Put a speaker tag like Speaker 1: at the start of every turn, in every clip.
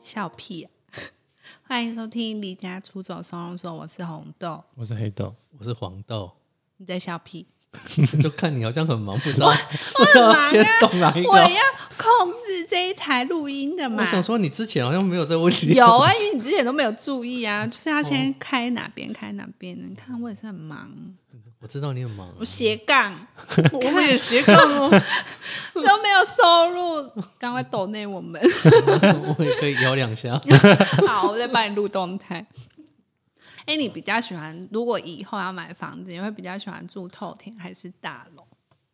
Speaker 1: 笑屁啊、 欢迎收听《离家出走收容所》，我是红豆。
Speaker 2: 我是黑豆，
Speaker 3: 我是黄豆， 哎
Speaker 1: 你在笑屁？
Speaker 3: 就看你好像很忙，不知道不知道先动哪一个。
Speaker 1: 啊我要控制这一台录音的嘛
Speaker 3: 我？想说你之前好像没有这问题，
Speaker 1: 有啊，因为你之前都没有注意啊，就是要先开哪边开哪边。你看我也是很忙，
Speaker 3: 我知道你很忙啊、
Speaker 1: 我斜杠
Speaker 3: 我们也斜杠 哦，
Speaker 1: 都没有收入，赶快抖内我 们。
Speaker 3: 我也可以摇两 下。
Speaker 1: 好，我再帮你录动态。哎、你比较喜欢，如果以后要买房子，你会比较喜欢住透天还是大楼？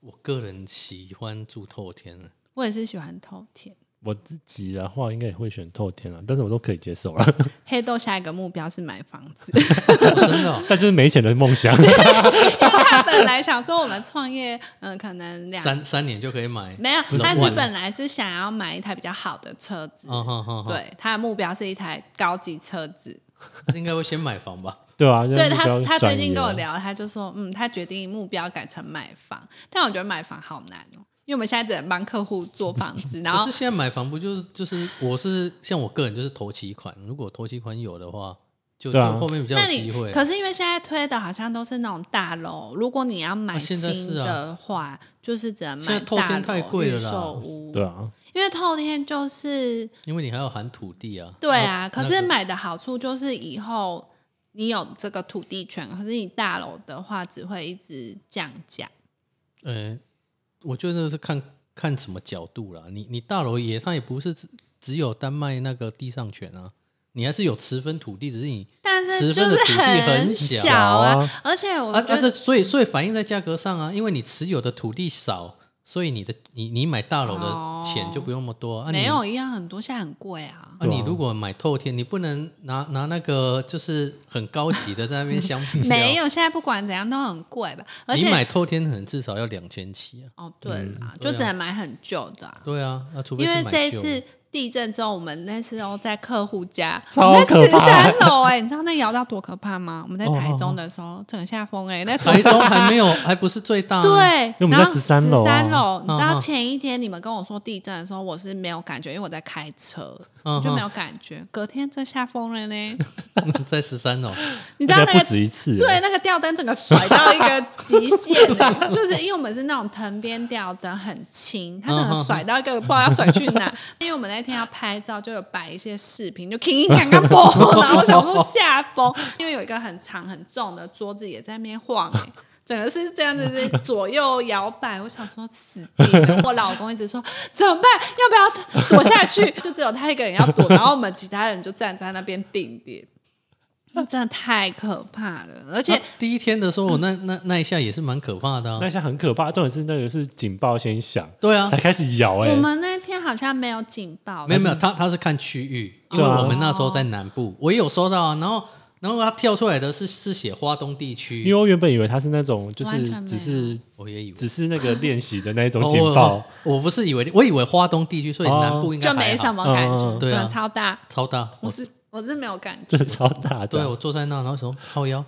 Speaker 3: 我个人喜欢住透天的，
Speaker 1: 我也是喜欢透天。
Speaker 2: 我自己的话应该也会选透天啊了，但是我都可以接受啊了，
Speaker 1: 黑豆下一个目标是买房 子，
Speaker 3: 哦真的哦、
Speaker 2: 但就是没钱的梦想。
Speaker 1: 因为他本来想说我们创业，嗯、可能 两
Speaker 3: 三三年就可以买。
Speaker 1: 没有
Speaker 3: 不，是
Speaker 1: 他是
Speaker 3: 万
Speaker 1: 本来是想要买一台比较好的车子，
Speaker 3: 嗯哼哼，哼，
Speaker 1: 对，他的目标是一台高级车子。
Speaker 3: 应该会先买房吧？
Speaker 2: 对啊，
Speaker 1: 对
Speaker 2: 就是
Speaker 1: 他
Speaker 2: 比较，啊
Speaker 1: 他最
Speaker 2: 转移
Speaker 1: 近跟我
Speaker 2: 了，
Speaker 1: 聊，他就说，嗯，他决定目标改成买房，但我觉得买房好难哦，因为我们现在只能帮客户做房子，然
Speaker 3: 可
Speaker 1: 后
Speaker 3: 是现在买房不就是就是我是像我个人就是投期款，如果投期款有的话，就
Speaker 2: 对啊
Speaker 3: 就后面比较
Speaker 1: 那
Speaker 3: 有
Speaker 1: 你
Speaker 3: 机会。
Speaker 1: 可是因为现在推的好像都是那种大楼，如果你要买
Speaker 3: 啊现在是啊
Speaker 1: 新的话，就是只能
Speaker 3: 现
Speaker 1: 买
Speaker 3: 在透
Speaker 1: 大
Speaker 3: 天
Speaker 1: 楼
Speaker 3: 太贵了
Speaker 1: 预
Speaker 3: 啦
Speaker 1: 售屋，
Speaker 2: 对啊，
Speaker 1: 因为透天就是
Speaker 3: 因为你还要含土地啊。
Speaker 1: 对啊，
Speaker 3: 那
Speaker 1: 可
Speaker 3: 那
Speaker 1: 是
Speaker 3: 个
Speaker 1: 买的好处就是以后你有这个土地权，可是你大楼的话只会一直降价。
Speaker 3: 呃，我觉得是看看什么角度啦。你你大楼也，它也不是只只有单卖那个地上权啊，你还是有持分土地，只是你
Speaker 1: 但是
Speaker 3: 十
Speaker 1: 就
Speaker 3: 分的
Speaker 1: 是
Speaker 3: 土地很
Speaker 1: 小
Speaker 3: 小
Speaker 2: 啊
Speaker 1: 而且我
Speaker 3: 啊
Speaker 1: 觉
Speaker 3: 啊，
Speaker 1: 得、
Speaker 3: 这所以所以反映在价格上啊，因为你持有的土地少，所以你的你你买大楼的钱就不用那么多、啊你。
Speaker 1: 哦没有一样很多，现在很贵 啊。
Speaker 3: 啊，你如果买透天，你不能拿拿那个就是很高级的在那 边相比较，
Speaker 1: 没有，现在不管怎样都很贵吧。而
Speaker 3: 你买啊
Speaker 1: 且
Speaker 3: 透天可能至少要两千起啊。
Speaker 1: 哦，对啦，就只能买很旧的、啊。
Speaker 3: 对啊，那、除非
Speaker 1: 因
Speaker 3: 是
Speaker 1: 为
Speaker 3: 买
Speaker 1: 这一
Speaker 3: 旧
Speaker 1: 次地震之后，我们那次哦在客户家，
Speaker 2: 超
Speaker 1: 我们在
Speaker 2: 可
Speaker 1: 十
Speaker 2: 怕
Speaker 1: 三楼哎，你知道那摇到多可怕吗？我们在
Speaker 3: 哦
Speaker 1: 台
Speaker 3: 哦
Speaker 1: 中的时候整个下风哎、那
Speaker 3: 台中还没有，还不是最大、啊。
Speaker 1: 对，
Speaker 2: 因为我们在
Speaker 1: 然后
Speaker 2: 13楼啊
Speaker 1: 13楼你知道
Speaker 3: 嗯嗯
Speaker 1: 前一天你们跟我说地震的时候，我是没有感觉，因为我在开车，
Speaker 3: 嗯
Speaker 1: 就
Speaker 3: 嗯
Speaker 1: 没有感觉。隔天这下风了 呢，
Speaker 3: 在十三哦楼，
Speaker 1: 你知道
Speaker 2: 而
Speaker 1: 那
Speaker 2: 且不
Speaker 1: 个
Speaker 2: 止一次，啊
Speaker 1: 对，那个吊灯整个甩到一个极限欸、就是因为我们是那种藤编吊灯，很轻，它整个甩到一个不知道要甩去哪。因为我们那天要拍照，就有摆一些视频，就叮叮当当啵，然后我想说下风，因为有一个很长很重的桌子也在那边晃、欸。整个是这样子，是左右摇摆。我想说死定了，我老公一直说怎么办，要不要躲下去？ 就只有他一个人要躲，然后我们其他人就站在那边定点。 那真的太可怕了，而且
Speaker 3: 啊第一天的时候，我那那那一下也是蛮可怕的、啊
Speaker 2: 那。下很可怕。重点是那个是警报先响，
Speaker 3: 对啊
Speaker 2: 才，开始摇哎
Speaker 1: 哦我，们那天好像没有警报，
Speaker 3: 没有没有，他他是看区域，因
Speaker 2: 对
Speaker 3: 为
Speaker 2: 啊
Speaker 3: 我们那时候在南部，我也有收到啊。然后然后他跳出来的是是写花东地
Speaker 2: 因为
Speaker 3: 区，
Speaker 2: 我原本以为他是那种就
Speaker 1: 完
Speaker 2: 是
Speaker 1: 全没有
Speaker 2: 只是
Speaker 3: 我也以为
Speaker 2: 只是那个练习的那一种
Speaker 3: 哦
Speaker 2: 警
Speaker 3: 我
Speaker 2: 报，
Speaker 3: 我不是以为，我以为花东地区，所以
Speaker 2: 哦
Speaker 3: 南部应该
Speaker 1: 就没什
Speaker 3: 么
Speaker 1: 么感
Speaker 2: 嗯
Speaker 1: 觉，
Speaker 2: 嗯
Speaker 3: 对啊
Speaker 1: 超大。
Speaker 3: 超大。
Speaker 1: 我
Speaker 3: 我
Speaker 1: 是我是没有感觉，
Speaker 2: 真的超大的
Speaker 3: 对。我坐在那，然后什么靠 腰，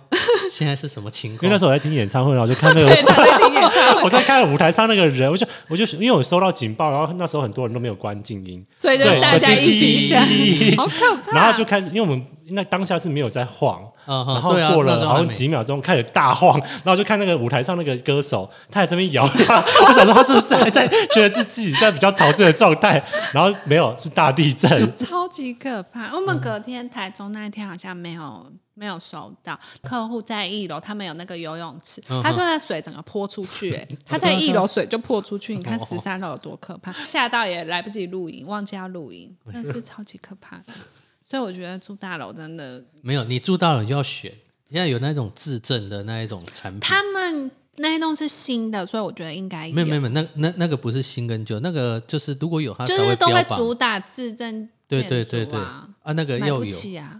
Speaker 3: 现在是什么情
Speaker 2: 因为
Speaker 3: 况
Speaker 2: 那？时候我在听演唱会，然后我就看那
Speaker 1: 对，
Speaker 2: 个，
Speaker 1: 他在听演唱会，
Speaker 2: 我在看舞台上那个人，我就我就因为我收到警报，然后那时候很多人都没有关静音，
Speaker 1: 所以就
Speaker 2: 对
Speaker 1: 大家一起下
Speaker 2: 我就，滴
Speaker 1: 好可怕。啊
Speaker 2: 然后就开始，因为我们那当下是没有在晃，
Speaker 3: 嗯
Speaker 2: 然
Speaker 3: 嗯
Speaker 2: 后
Speaker 3: 对啊
Speaker 2: 过了
Speaker 3: 那时候
Speaker 2: 好
Speaker 3: 还
Speaker 2: 像
Speaker 3: 没
Speaker 2: 几秒钟开始大晃，然后就看那个舞台上那个歌手，他还在那边摇， 我想说他是不是还在觉得是自己在比较陶醉的状态，然后没有是大地震，
Speaker 1: 超级可怕。我
Speaker 3: 嗯
Speaker 1: 们隔天台中那一天好像没有没有收到，客户在一楼，他们有那个游泳池，
Speaker 3: 嗯哼
Speaker 1: 他说那水整个泼出去、欸， 他在一楼水就泼出
Speaker 3: 嗯
Speaker 1: 去，你看十三楼有多可怕，吓到也来不及录影，忘记要录 影，真的是超级可怕的。所以我觉得住大楼真的，
Speaker 3: 没有，你住大了你就要选。现在有那种自证的那一种产品，
Speaker 1: 他们那一栋是新的，所以我觉得应该
Speaker 3: 没有没有没有，那那那个不是新跟旧，那个就是如果有它
Speaker 1: 就
Speaker 3: 才
Speaker 1: 是
Speaker 3: 会
Speaker 1: 都
Speaker 3: 标
Speaker 1: 会
Speaker 3: 榜
Speaker 1: 主打自证、
Speaker 3: 对对对对
Speaker 1: 啊，
Speaker 3: 那个
Speaker 1: 买
Speaker 3: 要有
Speaker 1: 不
Speaker 3: 可
Speaker 1: 起啊。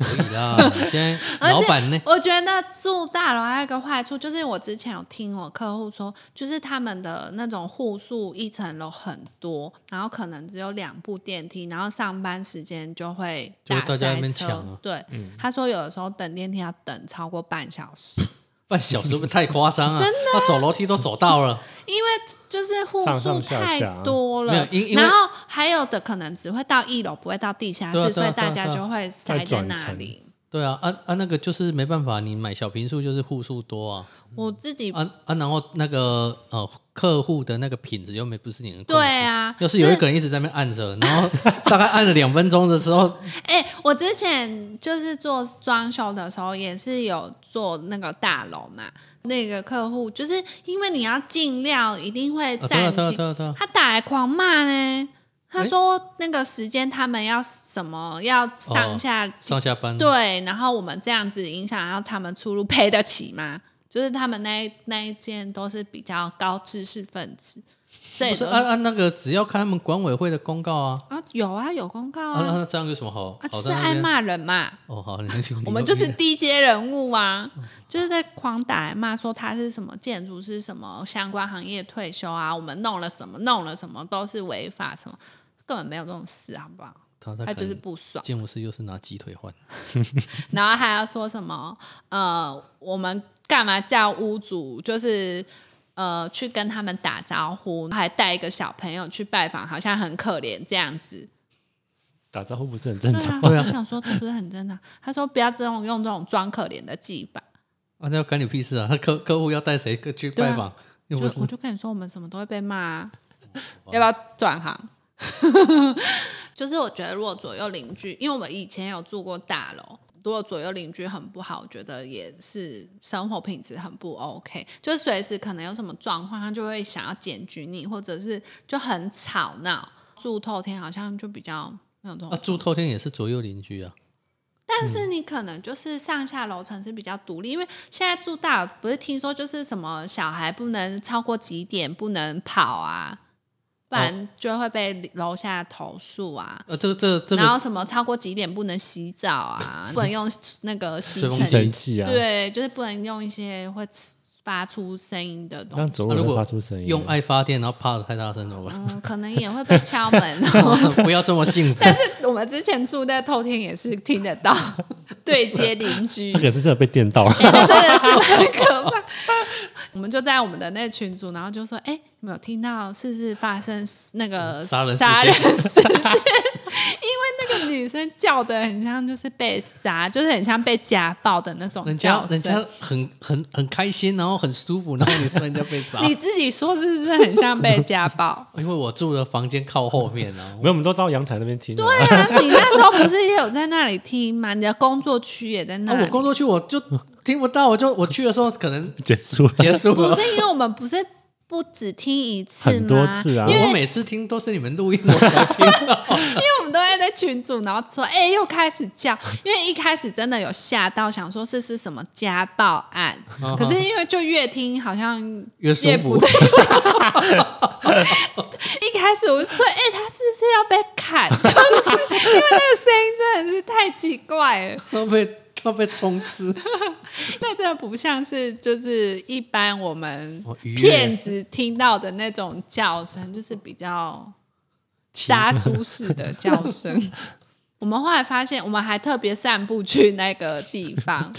Speaker 3: 以啦。现在
Speaker 1: 而
Speaker 3: 老
Speaker 1: 且
Speaker 3: 板呢，
Speaker 1: 我觉得住大楼还有一个坏处，就是我之前有听我客户说，就是他们的那种户数一层楼很多，然后可能只有两部电梯，然后上班时间就会
Speaker 3: 就
Speaker 1: 大
Speaker 3: 会大家在
Speaker 1: 塞
Speaker 3: 那边
Speaker 1: 车。
Speaker 3: 抢啊
Speaker 1: 对，他说有的时候等电梯要等超过半小时，
Speaker 3: 半小时会不会太 夸张啊？真的，他走楼梯都走到了，
Speaker 1: 因为就是户
Speaker 2: 上
Speaker 1: 数
Speaker 2: 上下
Speaker 1: 太
Speaker 2: 下
Speaker 1: 多了。
Speaker 3: 没有因因为
Speaker 1: 然后还有的可能只会到一楼，不会到地下
Speaker 3: 对啊
Speaker 1: 室，
Speaker 3: 对
Speaker 1: 所
Speaker 3: 啊
Speaker 1: 以大
Speaker 3: 对啊
Speaker 1: 家
Speaker 3: 对啊
Speaker 1: 就会塞在
Speaker 2: 再转
Speaker 1: 那
Speaker 2: 层
Speaker 1: 里。
Speaker 3: 对啊，啊啊，那个就是没办法，你买小平数就是户数多啊，
Speaker 1: 我自己
Speaker 3: 啊啊，然后那个呃客户的那个品质又没不是你能控制
Speaker 1: 对啊
Speaker 3: 要是有一
Speaker 1: 就是
Speaker 3: 个人一直在那边按着，然后大概按了两分钟 的时候，
Speaker 1: 哎、我之前就是做装修的时候，也是有做那个大楼嘛。那个客户就是因为你要进料，一定会
Speaker 3: 啊对啊
Speaker 1: 暂
Speaker 3: 对啊
Speaker 1: 停。
Speaker 3: 对啊对啊，
Speaker 1: 他打来狂骂呢，他
Speaker 3: 哎
Speaker 1: 说那个时间他们要什么要上下、
Speaker 3: 哦上下班
Speaker 1: 对，啊然后我们这样子影响到他们出入赔得起吗？就是他们那一那一件都是比较高知识分子，对啊
Speaker 3: 不是啊
Speaker 1: 都
Speaker 3: 按按那个只要看他们管委会的公告啊，
Speaker 1: 啊有啊有公告
Speaker 3: 啊
Speaker 1: 啊
Speaker 3: 啊这样有什么好
Speaker 1: 啊
Speaker 3: 好
Speaker 1: 就是
Speaker 3: 在那
Speaker 1: 爱
Speaker 3: 边？
Speaker 1: 骂人嘛。
Speaker 3: 哦好，你你
Speaker 1: 我们就是
Speaker 3: 你嗯
Speaker 1: 低阶人物啊，就是在狂打来骂说他是什么建筑师、什么相关行业退休啊，我们弄了什么弄了什么都是违法什么，根本没有这种事，好不好？
Speaker 3: 他
Speaker 1: 他
Speaker 3: 他
Speaker 1: 就是
Speaker 3: 是
Speaker 1: 不爽，
Speaker 3: 建筑师又是拿鸡腿换，
Speaker 1: 然后还要说什么呃，我们干嘛叫屋主就是。呃，去跟他们打招呼，还带一个小朋友去拜访，好像很可怜这样子。
Speaker 2: 打招呼不是很正
Speaker 1: 对
Speaker 2: 常？
Speaker 1: 啊，
Speaker 3: 对啊
Speaker 1: 我想说这不是很正常。他说不要这种用这种装可怜的技法。
Speaker 3: 啊那要干你屁事啊？他客客户要带谁去
Speaker 1: 对啊
Speaker 3: 拜访？又不
Speaker 1: 就是我就跟你说，我们什么都会被骂、啊，要不要转行？ 就是我觉得，如果左右邻居，因为我们以前有住过大楼，如果左右邻居很不好，我觉得也是生活品质很不 OK，就是随时可能有什么状况，他就会想要检举你，或者是就很吵闹。住透天好像就比较没有这种
Speaker 3: 啊，住透天也是左右邻居啊，
Speaker 1: 但是你可能就是上下楼层是比较独立，因为现在住大楼不是听说就是什么小孩不能超过几点不能跑啊，不
Speaker 3: 哦
Speaker 1: 然就会被楼下投诉啊。
Speaker 3: 呃，这个这个这
Speaker 1: 然后
Speaker 3: 个
Speaker 1: 什么超过几点不能洗澡啊，不能用那个吸
Speaker 3: 吹风
Speaker 2: 吸
Speaker 1: 尘
Speaker 2: 尘
Speaker 1: 器，
Speaker 2: 器啊，
Speaker 1: 对，就是不能用一些会发出声音的东
Speaker 2: 让
Speaker 1: 西。
Speaker 2: 走
Speaker 3: 啊
Speaker 2: 路
Speaker 3: 如
Speaker 2: 会
Speaker 3: 果
Speaker 2: 发出声音。
Speaker 3: 用爱发电，然后怕的太大声 了，我
Speaker 1: 嗯，可能也会被敲门。哦
Speaker 3: 不要这么幸福。
Speaker 1: 我们之前住在透天也是听得到， 对接邻居
Speaker 2: 那。个是真的被电到，
Speaker 3: 哎
Speaker 1: 欸那 真的是蛮可怕。我们就在我们的那群组，然后就说：“哎、你们有听到是不是发生那个
Speaker 3: 嗯杀人事件
Speaker 1: 杀人事件？因 为那个女生叫的很像就是被杀，就是很像被家暴的那种
Speaker 3: 人家
Speaker 1: 叫
Speaker 3: 人家
Speaker 1: 声。
Speaker 3: 很很很开心，然后很舒服，然后你说人家被杀，
Speaker 1: 你自己说是不是很像被家 暴？
Speaker 3: 因为我住的房间靠后面啊，
Speaker 2: 没有，我们都到阳台那边听啊。
Speaker 1: 对啊，你那时候不是也有在那里听吗？你的工作区也 在那
Speaker 3: 啊，
Speaker 1: 里。
Speaker 3: 我工作去我就听不到，我就我去的时候可能
Speaker 2: 结束了，
Speaker 3: 结束
Speaker 1: 不
Speaker 3: 了。
Speaker 1: 是因为我们不是不只听一次吗？
Speaker 2: 很多次啊
Speaker 1: 因为
Speaker 3: 我每次听都是你们录音，我才听到。
Speaker 1: 因为我们都会在群组，然后说，哎、又开始叫，因为一开始真的有吓到，想说这是什么家暴案，可是因为就越听好像
Speaker 3: 嗯越舒服
Speaker 1: 不对 劲。一开始我就说，哎、他是不是要被砍？ 就是因为那个声音真的是太奇怪了，
Speaker 3: 要被 要被冲刺，
Speaker 1: 那真的啊不像是就是一般我们
Speaker 3: 哦愉悦
Speaker 1: 骗子听到的那种叫声，就是比较杀猪式的叫 声。我们后来发现，我们还特别散步去那个地 方。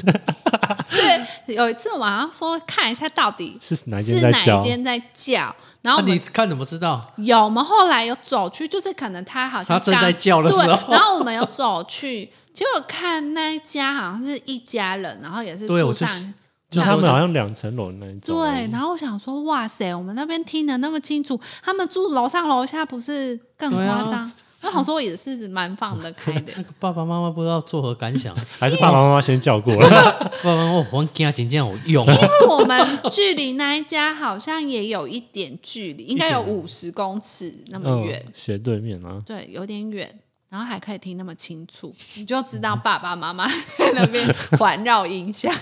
Speaker 1: 对，有一次我们好像说看一下到底
Speaker 2: 是哪一间
Speaker 1: 是
Speaker 2: 在
Speaker 1: 哪一
Speaker 2: 教？
Speaker 1: 间在叫，然
Speaker 3: 那、
Speaker 1: 后我
Speaker 3: 啊你
Speaker 1: 们
Speaker 3: 看怎么知道？
Speaker 1: 有，我们后来有走去，就是可能他好像
Speaker 3: 他正在
Speaker 1: 刚
Speaker 3: 叫的时候
Speaker 1: 对然后我们有走去，结果看那一家好像是一家人，然后也是
Speaker 3: 对
Speaker 1: 住
Speaker 3: 我就
Speaker 1: 上。
Speaker 3: 是
Speaker 2: 就他们好像两层楼那一种。
Speaker 1: 对，然后我想说，哇塞，我们那边听得那么清楚，他们住楼上楼下不是更
Speaker 3: 对啊
Speaker 1: 夸张？我想说也是蛮放得开的
Speaker 3: 那，个爸爸妈妈不知道作何感想，
Speaker 2: 还是爸爸妈妈先叫过了，
Speaker 3: 爸爸妈妈我惊真正有 用、哦
Speaker 1: 因，为我们距离那一家好像也有一点距离，应该有五十公尺那么远，
Speaker 2: 嗯，斜对面啊，
Speaker 1: 对，有点远。然后还可以听那么清楚，你就知道爸爸妈 妈在那边环绕音响。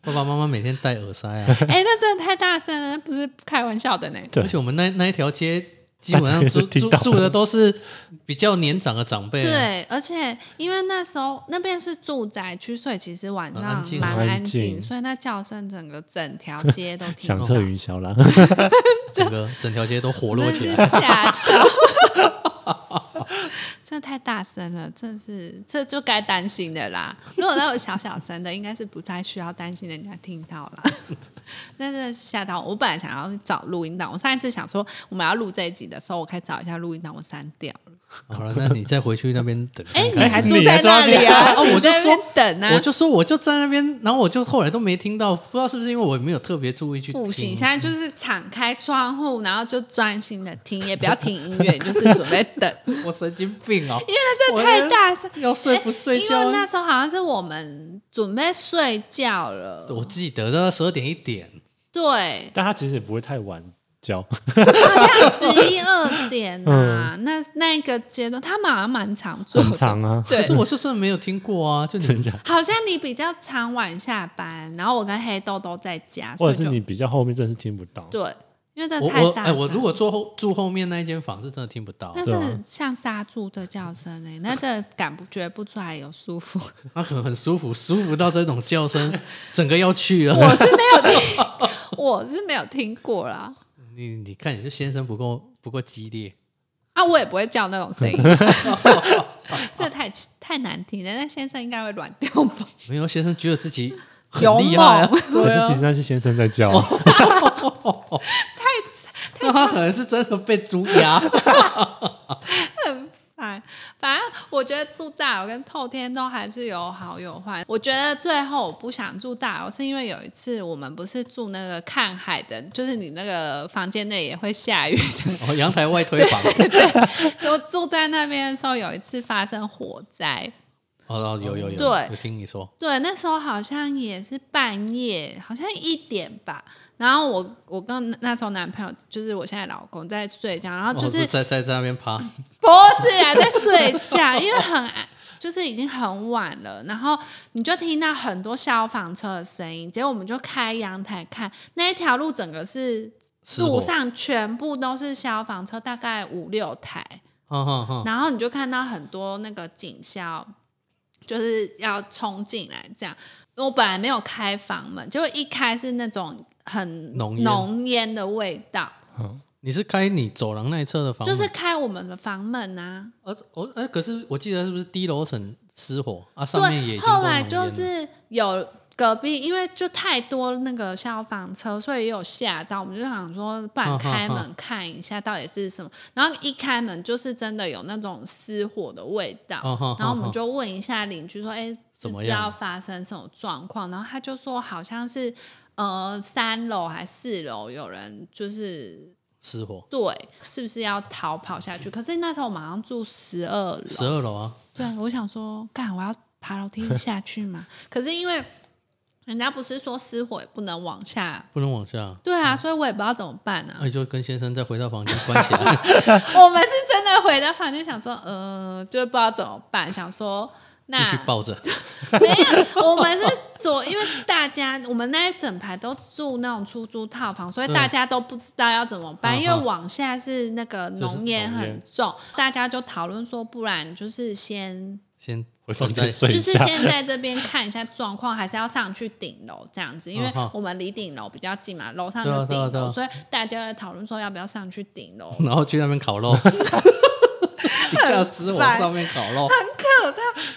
Speaker 3: 爸爸妈妈每天戴耳塞 啊，
Speaker 1: 哎、那真的太大声了，那不是开玩笑的呢。
Speaker 2: 对
Speaker 3: 而且我们那那一条街基本上住
Speaker 2: 大家都听
Speaker 3: 住
Speaker 2: 到
Speaker 3: 住的都是比较年长的长辈、啊，
Speaker 1: 对，而且因为那时候那边是住宅区，所以其实晚上
Speaker 3: 很嗯安静啊
Speaker 1: 蛮
Speaker 2: 很安
Speaker 1: 安静，
Speaker 2: 静
Speaker 1: 所以那叫声整个整条街都听
Speaker 2: 响
Speaker 1: 到，
Speaker 2: 彻云 霄啦。
Speaker 3: 整个整条街都活络
Speaker 1: 真
Speaker 3: 起
Speaker 1: 是
Speaker 3: 来。
Speaker 1: 吓到。 这太大声了，真是这就该担心的啦。如果那种小小声的，应该是不太需要担心人家听到啦。 那真的是吓到我。我本来想要找录音档，我上一次想说我们要录这一集的时候，我可以找一下录音档，我删掉了。
Speaker 3: 好了，那你再回去那边等看看。
Speaker 1: 哎、你还住
Speaker 2: 你
Speaker 1: 在
Speaker 2: 还住
Speaker 1: 那
Speaker 2: 在那
Speaker 1: 里
Speaker 2: 边
Speaker 1: 啊？
Speaker 3: 哦我
Speaker 1: 你
Speaker 3: 就
Speaker 1: 在那边
Speaker 3: 说
Speaker 1: 等啊，
Speaker 3: 我就说我就在那边，然后我就后来都没听到，不知道是不是因为我没有特别注意去
Speaker 1: 不行，
Speaker 3: 听
Speaker 1: 现。在就是敞开窗户，然后就专心的听，也不要听音乐，你就是准备等，因为
Speaker 3: 我神经病哦！
Speaker 1: 那这太大声。
Speaker 3: 要睡不睡
Speaker 1: 哎因
Speaker 3: 觉？
Speaker 1: 为那时候好像是我们准备睡觉了，
Speaker 3: 我记得到十二点一点，
Speaker 1: 对，
Speaker 2: 但他其实也不会太晚交，
Speaker 1: 好像十一二点啊，那那一个阶段，他们好像蛮常做
Speaker 2: 很
Speaker 1: 的，
Speaker 2: 长啊。
Speaker 1: 对
Speaker 3: 可是我就真的没有听过啊！就你讲，
Speaker 1: 好像你比较常晚下班，然后我跟黑豆都在家，
Speaker 2: 或
Speaker 1: 啊所
Speaker 2: 者
Speaker 1: 以就是
Speaker 2: 你比较后面真的是听不到，
Speaker 1: 对，因为这
Speaker 3: 我
Speaker 1: 太
Speaker 3: 我
Speaker 1: 大
Speaker 3: 哎，
Speaker 1: 声。
Speaker 3: 我如果坐后住后面那一间房是真的听不到
Speaker 1: 那，
Speaker 2: 对啊
Speaker 1: 是像杀猪的叫声哎、那这感不觉不出来有舒服。
Speaker 3: 它很很舒服，舒服到这种叫声，整个要去了。
Speaker 1: 我是没有听，我是没有听过啦。
Speaker 3: 你你看，你这先生不够不够激烈。
Speaker 1: 啊，我也不会叫那种声音， 这太太难听了。那先生应该会软掉吧？
Speaker 3: 没有，先生觉得自己很
Speaker 1: 勇
Speaker 3: 厉害、啊，
Speaker 1: 猛
Speaker 2: 可
Speaker 3: 对
Speaker 2: 是其实
Speaker 3: 啊，
Speaker 2: 那是先生在叫，
Speaker 3: 哦那他可能是真的被猪压。
Speaker 1: 反反正我觉得住大楼跟透天都还是有好有坏。我觉得最后我不想住大楼，是因为有一次我们不是住那个看海的，就是你那个房间内也会下雨的
Speaker 3: 哦，阳台外推房，
Speaker 1: 我住在那边的时候，有一次发生火灾，
Speaker 3: 哦，哦有有有，
Speaker 1: 对
Speaker 3: 有听你说，
Speaker 1: 对，那时候好像也是半夜，好像一点吧。然后我我跟那时候男朋友，就是我现在老公在睡觉，然后就
Speaker 3: 哦
Speaker 1: 是、
Speaker 3: 在在在那边趴，
Speaker 1: 不是啊，在睡觉，因为很就是已经很晚了，然后你就听到很多消防车的声音，结果我们就开阳台看，那一条路整个是
Speaker 3: 失火
Speaker 1: 路上全部都是消防车，大概五六台。
Speaker 3: 哈哈哈，
Speaker 1: 然后你就看到很多那个警校就是要冲进来，这样。我本来没有开房门，结果一开是那种很
Speaker 3: 浓烟
Speaker 1: 浓烟的味道，
Speaker 3: 你是开你走廊那一侧的房
Speaker 1: 就
Speaker 3: 门，
Speaker 1: 是开我们的房门啊。
Speaker 3: 呃，哦，哎，可是我记得是不是低楼层失火啊？上面也
Speaker 1: 对，
Speaker 3: 已经都
Speaker 1: 后来
Speaker 3: 浓
Speaker 1: 就
Speaker 3: 烟了
Speaker 1: 是有隔壁，因为就太多那个消防车，所以也有吓到。我们就想说，不然
Speaker 3: 哈哈
Speaker 1: 开
Speaker 3: 哈
Speaker 1: 门看一下到底是什么。然后一开门，就是真的有那种失火的味道。
Speaker 3: 哈哈哈
Speaker 1: 然后我们就问一下邻居说：“哎、知
Speaker 3: 怎
Speaker 1: 不
Speaker 3: 么
Speaker 1: 知
Speaker 3: 样
Speaker 1: 道发生什么状况？”然后他就说：“好像是呃三楼还是四楼有人就是。”
Speaker 3: 失火，
Speaker 1: 对，是不是要逃跑下去？可是那时候我们好像住十二楼，
Speaker 3: 十二楼啊，
Speaker 1: 对，我想说，干，我要爬楼梯 下去嘛。可是因为人家不是说失火也不能往下，
Speaker 3: 不能往下。
Speaker 1: 对啊，所以我也不知道怎么办啊。
Speaker 3: 那就跟先生再回到房间关 起来，
Speaker 1: 我们是真的回到房间想说，呃，就不知道怎么办，想说那
Speaker 3: 继续抱着。
Speaker 1: 没有，我们是左，因为大家我们那一整排都住那种出租套房，所以
Speaker 3: 对
Speaker 1: 大家都不知道要怎么办，
Speaker 3: 嗯
Speaker 1: 因为往下是那个
Speaker 3: 是
Speaker 1: 浓烟
Speaker 2: 浓
Speaker 1: 很
Speaker 2: 烟
Speaker 1: 重，大家就讨论说，不然就是先
Speaker 3: 先
Speaker 2: 回房
Speaker 3: 再
Speaker 2: 间睡
Speaker 1: 就
Speaker 2: 一
Speaker 1: 是
Speaker 2: 下。
Speaker 1: 先在这边看一下状况，还是要上去顶楼这样子，因为
Speaker 3: 嗯好
Speaker 1: 我们离顶楼比较近嘛，楼上
Speaker 3: 对
Speaker 1: 有
Speaker 3: 啊对
Speaker 1: 顶
Speaker 3: 啊
Speaker 1: 楼，
Speaker 3: 对啊
Speaker 1: 所以大家在讨论说要不要上去顶楼。
Speaker 3: 然后去那 边烤肉，底下失火，上面烤肉，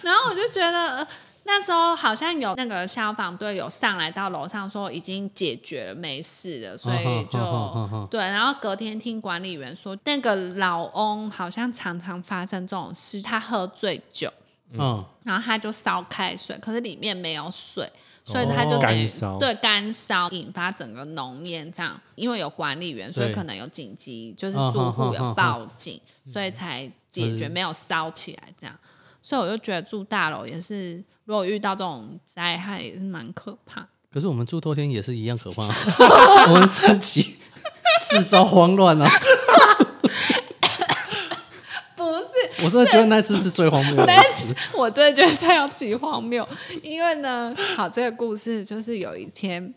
Speaker 1: 然后我就觉得、呃那时候好像有那个消防队有上来到楼上说已经解决了，没事了，所以
Speaker 3: 嗯
Speaker 1: 就、
Speaker 3: 嗯嗯嗯嗯
Speaker 1: 对。然后隔天听管理员说，那个老翁好像常常发生这种事，他喝醉酒。
Speaker 3: 嗯，
Speaker 1: 然后他就烧开水，可是里面没有水，所以他就
Speaker 2: 哦
Speaker 1: 等于、
Speaker 2: 干烧
Speaker 1: 对干烧，引发整个浓烟这样。因为有管理员，所以
Speaker 3: 对
Speaker 1: 可能有紧急，就是
Speaker 3: 嗯
Speaker 1: 住户
Speaker 3: 哼
Speaker 1: 有
Speaker 3: 哼
Speaker 1: 报警，所以才解决，没有烧起来这样。所以我就觉得住大楼也是，如果遇到这种灾害也是蛮可怕。
Speaker 3: 可是我们住透天也是一样可怕， 我们自己制造慌乱啊！
Speaker 1: 不是，
Speaker 3: 我真的觉得那次是最荒谬的一
Speaker 1: 但
Speaker 3: 次
Speaker 1: 是。我真的觉得这样极荒谬，因为呢，好，这个故事就是有一天。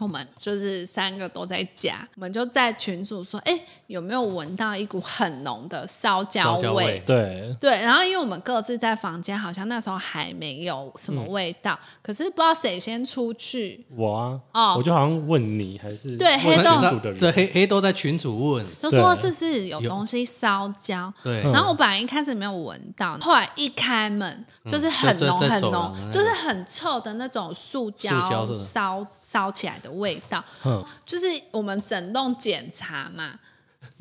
Speaker 1: 我们就是三个都在家，我们就在群组说，哎、有没有闻到一股很浓的烧焦
Speaker 3: 烧焦味
Speaker 2: 对，
Speaker 1: 对，然后因为我们各自在房间，好像那时候还没有什
Speaker 3: 嗯
Speaker 1: 么味道，可是不知道谁先出去，
Speaker 2: 我啊，
Speaker 1: 哦
Speaker 2: 我就好像问你还是
Speaker 1: 对黑
Speaker 2: 问
Speaker 1: 洞
Speaker 2: 群主的人，
Speaker 3: 对黑黑都在群主问，
Speaker 1: 就说
Speaker 2: 对
Speaker 1: 是不是有
Speaker 3: 有
Speaker 1: 东西烧焦？
Speaker 3: 对，
Speaker 1: 然后我本来一开始没有闻到，后来一开门就是很
Speaker 3: 在
Speaker 1: 浓
Speaker 3: 在
Speaker 1: 很
Speaker 3: 走
Speaker 1: 浓
Speaker 3: 廊，那
Speaker 1: 就是
Speaker 3: 个
Speaker 1: 很臭的那种塑胶
Speaker 3: 啊哎胶是吧
Speaker 1: 烧烧起来的味道。
Speaker 3: 嗯，
Speaker 1: 就是我们整栋检查嘛，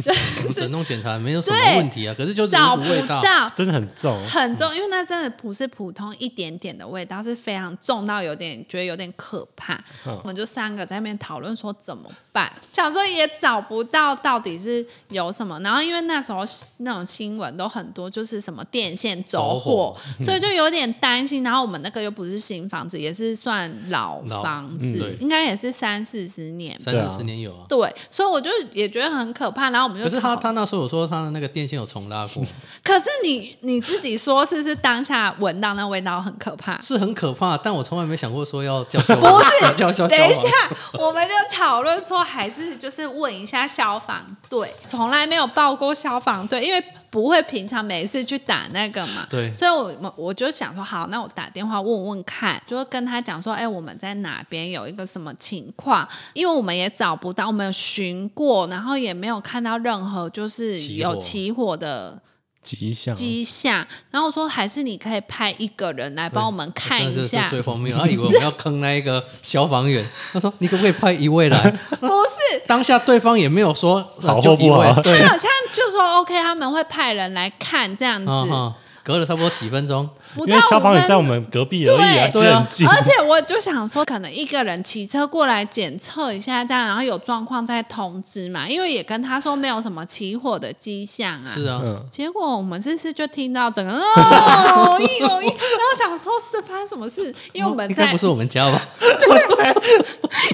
Speaker 3: 我们整弄检查没有什么
Speaker 1: 对
Speaker 3: 问题啊，可是就是
Speaker 1: 找
Speaker 3: 有
Speaker 1: 不
Speaker 3: 一股味道，
Speaker 1: 到，
Speaker 2: 真的很
Speaker 3: 哦
Speaker 2: 重。
Speaker 1: 很重，因为那真的不是普通一点点的味道，是非常重到有点觉得有点可怕。
Speaker 2: 嗯
Speaker 1: 我们就三个在那边讨论说怎么办，想说也找不到到底是有什么。然后因为那时候那种新闻都很多，就是什么电线走
Speaker 3: 走火嗯
Speaker 1: 火，所以就有点担心。然后我们那个又不是新房子，也是算老
Speaker 3: 老
Speaker 1: 房
Speaker 3: 嗯
Speaker 1: 子，
Speaker 3: 对
Speaker 1: 应该也是三四十年吧。
Speaker 3: 三
Speaker 2: 对啊
Speaker 3: 四十年有啊。
Speaker 1: 对，所以我就也觉得很可怕，然后我们就
Speaker 3: 可是他
Speaker 1: 讨
Speaker 3: 他那时候有说他的那个电线有重拉过，
Speaker 1: 可是你你自己说，是不是当下闻到那味道很可怕？
Speaker 3: 是很可怕，但我从来没想过说要叫消防，，
Speaker 1: 不是
Speaker 3: 叫 消
Speaker 1: 等一下
Speaker 3: 消防，
Speaker 1: 我们就讨论说，还是就是问一下消防队，从来没有报过消防队，因为不会平常每次去打那个嘛。
Speaker 3: 对
Speaker 1: 所以我们我就想说，好，那我打电话问问看，就会跟他讲说，哎、我们在哪边有一个什么情况？因为我们也找不到，我们有巡过，然后也没有看到任何就是
Speaker 3: 起
Speaker 1: 有
Speaker 3: 火
Speaker 1: 起火的
Speaker 2: 吉祥，
Speaker 1: 迹象，然后我说还是你可以派一个人来帮我们看
Speaker 3: 真的
Speaker 1: 一
Speaker 3: 是
Speaker 1: 下
Speaker 3: 是，最荒谬。他以为我们要坑那一个消防员，他说你可不可以派一位来？
Speaker 1: 不是。
Speaker 3: 当下对方也没有说呃
Speaker 2: 好
Speaker 3: 就
Speaker 2: 或不好
Speaker 3: 一位 对
Speaker 1: 他好像就说 OK，他们会派人来看这样子，
Speaker 3: 啊哈，隔了差不多几分钟，
Speaker 1: 不
Speaker 2: 嗯因
Speaker 1: 到
Speaker 2: 为消防
Speaker 1: 五
Speaker 2: 员
Speaker 1: 分
Speaker 2: 在我们隔壁而已啊，
Speaker 1: 对
Speaker 2: 就
Speaker 3: 对啊
Speaker 2: 很近。
Speaker 1: 而且我就想说，可能一个人骑车过来检测一下，这样然后有状况再通知嘛，因为也跟他说没有什么起火的迹象啊。
Speaker 3: 是啊，
Speaker 2: 嗯，
Speaker 1: 结果我们这次就听到整个哦，一哦一，然后想说是发生什么事，因为我们
Speaker 3: 应
Speaker 1: 在
Speaker 3: 该不是我们家吧？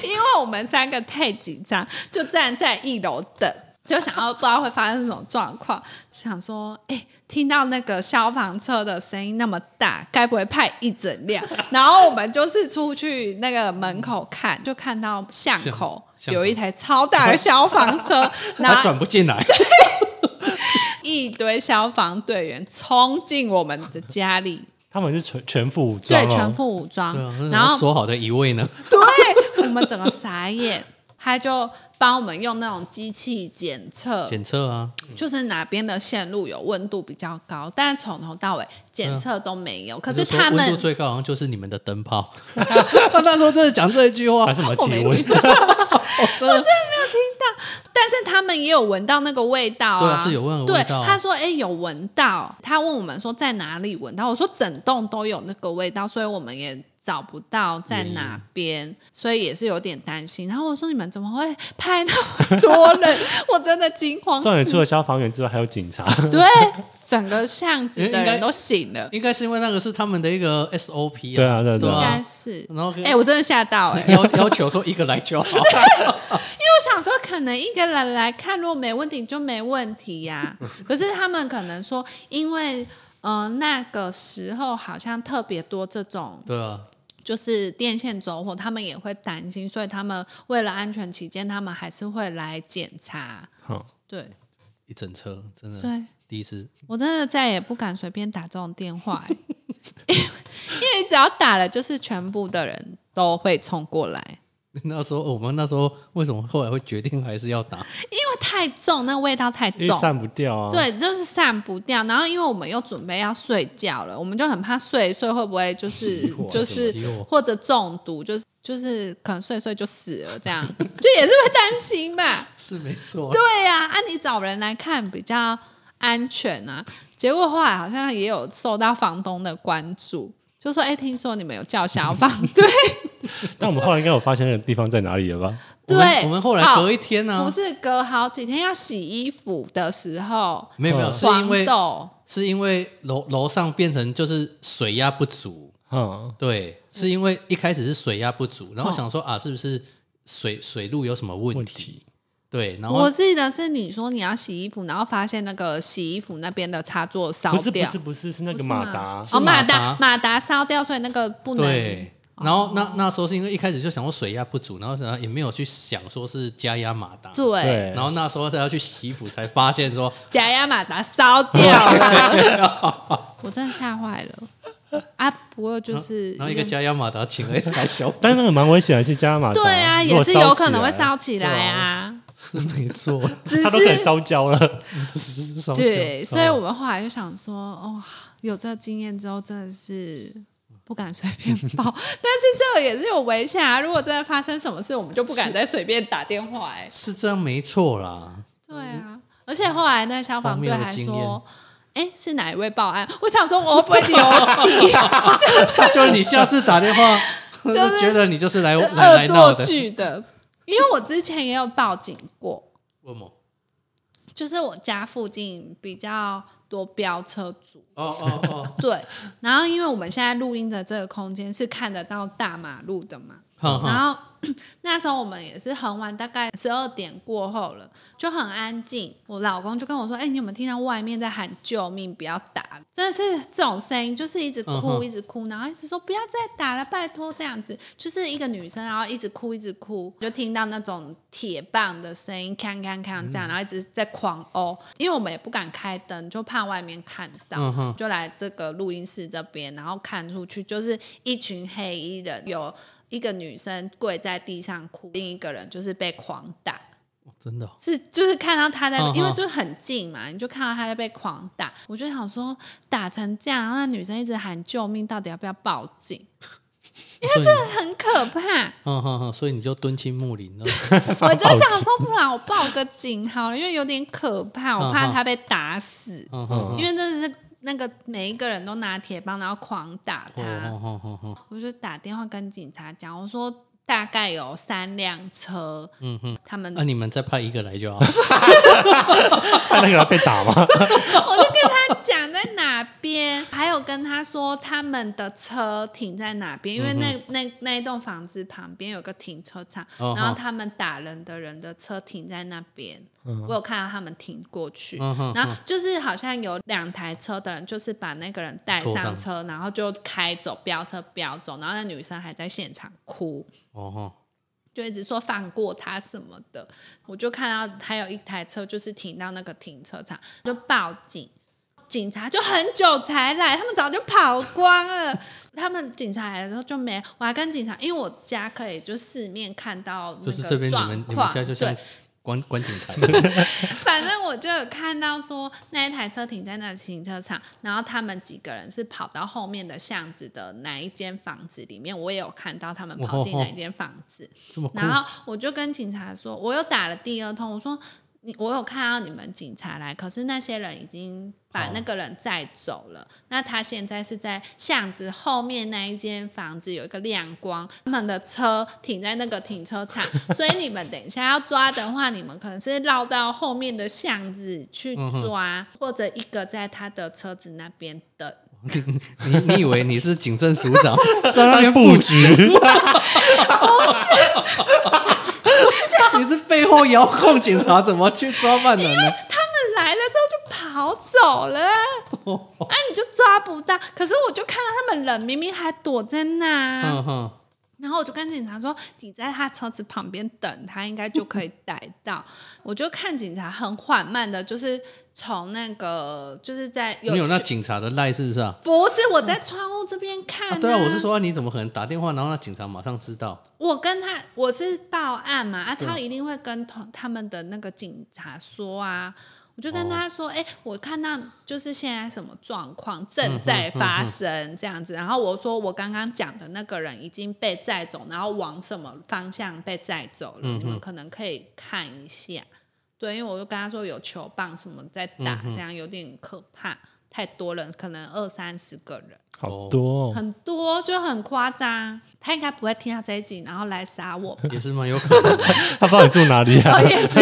Speaker 1: 因为我们三个太紧张，就站在一楼等，就想要不知道会发生什么状况，想说，哎、听到那个消防车的声音那么大，该不会派一整辆？然后我们就是出去那个门口看，就看到巷
Speaker 3: 巷
Speaker 1: 口
Speaker 3: 巷口
Speaker 1: 有一台超大的消防 车，然
Speaker 3: 他
Speaker 1: 后
Speaker 3: 转不进来，
Speaker 1: 一堆消防队员冲进我们的家里，
Speaker 2: 他们是全全副武装
Speaker 1: 对，全
Speaker 2: 哦，
Speaker 1: 副武装
Speaker 3: 对啊，，
Speaker 1: 然
Speaker 3: 然后
Speaker 1: 后
Speaker 3: 说好的一位呢？
Speaker 1: 对我们整个傻眼，他就帮我们用那种机器检测，
Speaker 3: 检测啊，
Speaker 1: 就是哪边的线路有温度比较高，但从头到尾检测都没有。可是
Speaker 3: 可
Speaker 1: 他
Speaker 3: 温度
Speaker 1: 们
Speaker 3: 最高好像就是你们的灯泡。他那时候真的讲这一句话，
Speaker 2: 还是什么
Speaker 1: 我
Speaker 2: 体
Speaker 1: 没
Speaker 2: 温？
Speaker 3: 真的
Speaker 1: 但是他们也有闻到那个味道
Speaker 3: 对啊是有闻到味
Speaker 1: 对
Speaker 3: 道啊，
Speaker 1: 他说：“哎、有闻到。”他问我们说在哪里闻到，我说整栋都有那个味道，所以我们也找不到在哪
Speaker 3: 嗯
Speaker 1: 边，所以也是有点担心。然后我说：“你们怎么会派那么多人？” 我真的惊慌
Speaker 2: 重点除了消防员之外，还有警察。
Speaker 1: 对，整个巷子的人都醒了，
Speaker 3: 应该是因为那个是他们的一个 SOP 啊，
Speaker 2: 对啊对啊
Speaker 3: 对
Speaker 2: 对
Speaker 1: 应
Speaker 2: 啊
Speaker 1: 该
Speaker 3: 啊，
Speaker 1: 是。
Speaker 3: 然后
Speaker 1: 哎、我真的吓到哎、
Speaker 3: 要要求说一个 来就好，
Speaker 1: 因为我想说，可能一个人来看，如果没问题就没问题呀、可是他们可能说，因为嗯、呃那个时候好像特别多这种
Speaker 3: 对啊，
Speaker 1: 就是电线走火，他们也会担心，所以他们为了安全起见，他们还是会来检查。
Speaker 2: 嗯
Speaker 1: 对
Speaker 3: 一整车真的
Speaker 1: 对，
Speaker 3: 第一次
Speaker 1: 我真的再也不敢随便打这种电话、欸，因为因为只要打了，就是全部的人都会冲过来。
Speaker 3: 那时候哦我们那时候为什么后来会决定还是要 打？
Speaker 1: 因为太重，那味道太
Speaker 2: 因
Speaker 1: 重
Speaker 2: 为，散不掉啊。，
Speaker 1: 对，就是散不掉。然后因为我们又准备要睡觉了，我们就很怕睡一睡会不会 就是
Speaker 3: 起火啊
Speaker 1: 就是
Speaker 3: 起火
Speaker 1: 或者中毒，就是就是可能睡一睡就死了，这样就也是会担心嘛。
Speaker 3: 是没错，
Speaker 1: 对呀、按、你找人来看比较安全啊。结果后来好像也有受到房东的关注，就说：“哎、听说你们有叫消 防队，
Speaker 2: 但我们后来应该有发现那个地方在哪里了吧？
Speaker 3: 我
Speaker 1: 对
Speaker 3: 们我们后来隔
Speaker 1: 哦
Speaker 3: 一天啊呢
Speaker 1: 不，是隔好几天要洗衣服的时候，
Speaker 3: 没有没有，
Speaker 2: 嗯
Speaker 3: 是因
Speaker 1: 黄
Speaker 3: 为
Speaker 1: 豆。”
Speaker 3: 是因为楼楼上变成就是水压不足，
Speaker 2: 嗯，
Speaker 3: 对，是因为一开始是水压不足，然后
Speaker 1: 哦
Speaker 3: 想说啊，是不是水水路有什么问
Speaker 2: 问
Speaker 3: 题
Speaker 2: 题？
Speaker 3: 对，然后
Speaker 1: 我记得是你说你要洗衣服，然后发现那个洗衣服那边的插座烧
Speaker 2: 不是不
Speaker 1: 掉
Speaker 2: 是，不是是那
Speaker 1: 不
Speaker 2: 个
Speaker 1: 是
Speaker 2: 马
Speaker 1: 吗
Speaker 2: 达，
Speaker 1: 哦，马
Speaker 3: 马达
Speaker 1: 达马达烧掉，所以那个不哦能
Speaker 3: 对，然后那那时候是因为一开始就想说水压不足，然后想到啊也没有去想说是加压马达，
Speaker 1: 对
Speaker 2: 对，
Speaker 3: 然后那时候才要去洗衣服，才发现说
Speaker 1: 假牙马达烧掉了，我真的吓坏了啊！不过就是
Speaker 3: 然后一个加压马达请了一 台小
Speaker 2: 但是那个蛮危险的，是加马达，
Speaker 1: 对啊，
Speaker 2: 如果
Speaker 1: 也是有可
Speaker 2: 起
Speaker 1: 能会
Speaker 2: 来，
Speaker 1: 烧起来啊，
Speaker 3: 是没错，
Speaker 1: 只
Speaker 2: 它都可能
Speaker 1: 是
Speaker 2: 烧焦了。
Speaker 3: 烧
Speaker 1: 对，
Speaker 3: 焦
Speaker 1: 哦所以我们后来就想说，哇、有这个经验之后真的是不敢随便报，但是这个也是有危险啊！如果真的发生什么事，我们就不敢再随便打电话、哎，
Speaker 3: 是这样没错 啦。
Speaker 1: 对啊，而且后来那消防队还
Speaker 3: 荒谬的经验
Speaker 1: 说。哎，是哪一位报案？我想说，我会不 会有
Speaker 3: 就是你下次打电 话，就是觉得你就是来来
Speaker 1: 呃恶
Speaker 3: 来闹
Speaker 1: 作
Speaker 3: 的。
Speaker 1: 剧的？因为我之前也有报警过，
Speaker 3: 为什么？
Speaker 1: 就是我家附近比较多飙车族，
Speaker 3: 哦哦哦，
Speaker 1: 对。然后因为我们现在录音的这个空间是看得到大马路的嘛，
Speaker 3: 哈
Speaker 1: 然
Speaker 3: 哈，
Speaker 1: 后 那时候我们也是很晚，大概十二点过后了，就很安静。我老公就跟我说：“哎、你有没有听到外面在喊救命？不要打了！”真的是这种声音，就是一直哭，
Speaker 3: 嗯哼
Speaker 1: 一直哭，然后一直说不要再打了，拜托这样子。就是一个女生，然后一直哭，一直哭，就听到那种铁棒的声音，锵锵锵这样，
Speaker 3: 嗯
Speaker 1: 然后一直在狂殴。因为我们也不敢开灯，就怕外面看到。
Speaker 3: 嗯哼
Speaker 1: 就来这个录音室这边，然后看出去就是一群黑衣人，有一个女生跪在地上哭，另一个人就是被狂打。
Speaker 3: 哦真的哦，
Speaker 1: 是，就是看到他在，
Speaker 3: 嗯嗯
Speaker 1: 因为就很近嘛，你就看到他在被狂打。我就想说，打成这样，然后那女生一直喊救命，到底要不要报警？
Speaker 3: 所以你，
Speaker 1: 很可怕。
Speaker 3: 嗯哼哼，所以你就蹲亲木 林了。
Speaker 1: 我就想说，不然我报个警好了，因为有点可怕，我
Speaker 3: 嗯
Speaker 1: 怕
Speaker 3: 嗯
Speaker 1: 他被打死。
Speaker 3: 嗯哼
Speaker 1: 因为真的是那个每一个人都拿铁棒，然后狂打他。
Speaker 3: 哼，哼哼哼，
Speaker 1: 我就打电话跟警察讲，我说大概有三辆车，嗯哼，他们，
Speaker 3: 啊那你们再派一个来就好。
Speaker 2: 派那个来被打 吗？
Speaker 1: 我就跟他讲在哪边，还有跟他说他们的车停在哪边，因为
Speaker 3: 嗯
Speaker 1: 那、那那一栋房子旁边有个停车场，
Speaker 3: 哦
Speaker 1: 然后
Speaker 3: 哦
Speaker 1: 他们打人的人的车停在那边。我有看到他们停过去，
Speaker 3: 嗯哼
Speaker 1: 然后就是好像有两台车的人，就是把那个人带
Speaker 3: 拖上
Speaker 1: 上车，然后就开走，飙车飙走，然后那女生还在现场哭。
Speaker 3: 哦 吼，
Speaker 1: 就一直说放过他什么的，我就看到还有一台车就是停到那个停车场，就报警，警察就很久才来，他们早就跑光了。他们警察来的时候就没，我还跟警察，因为我家可以就四面看到那
Speaker 3: 就是
Speaker 1: 个
Speaker 3: 这边你
Speaker 1: 状
Speaker 3: 们你
Speaker 1: 况，
Speaker 3: 们家就
Speaker 1: 对
Speaker 3: 像，观观景台，
Speaker 1: 反正我就有看到说那一台车停在那停车场，然后他们几个人是跑到后面的巷子的哪一间房子里面，我也有看到他们跑进
Speaker 3: 哦哦哦
Speaker 1: 哪一间房子。
Speaker 3: 这么酷。
Speaker 1: 然后我就跟警察说，我又打了第二通，我说你我有看到你们警察来，可是那些人已经把那个人载走了。那他现在是在巷子后面那一间房子有一个亮光，他们的车停在那个停车 场，所以你们等一下要抓的话，你们可能是绕到后面的巷子去
Speaker 3: 嗯
Speaker 1: 抓，或者一个在他的车子那边等。
Speaker 3: 你你以为你是警政署 长，在那
Speaker 2: 在
Speaker 3: 边
Speaker 2: 布局，
Speaker 3: 你是背后遥控警察，怎么去抓犯人呢？
Speaker 1: 他们来了之后就跑走了，啊，你就抓不到。可是我就看到他们人明明还躲在那，
Speaker 3: 嗯哼，
Speaker 1: 然后我就跟警察说：“你在他车子旁边等，他应该就可以逮到。” 我就看警察很缓慢的，就是从那个就是在有
Speaker 3: 你有那
Speaker 1: 去
Speaker 3: 警察的赖是不是啊？
Speaker 1: 不是我在窗户这边看、
Speaker 3: 啊对啊，我是，说啊你怎么可能打电话，然后那警察马上 知道？
Speaker 1: 我跟他我是报案嘛，啊，他一定会跟同他们的那个警察说啊。我就跟他说：“哎、我看到就是现在什么状况正在发生这样子。然后我说我刚刚讲的那个人已经被载走，然后往什么方向被载走了，你们可能可以看一下。对，因为我就跟他说有球棒什么在打，这样有点可怕，太多人，可能二三十个人。
Speaker 2: 好多、哦。
Speaker 1: 很多就很夸张。他应该不会听到这一集，然后来杀我吧。
Speaker 3: 也是蛮有可能的。
Speaker 2: 他不知道你住哪里啊？
Speaker 1: 哦也是，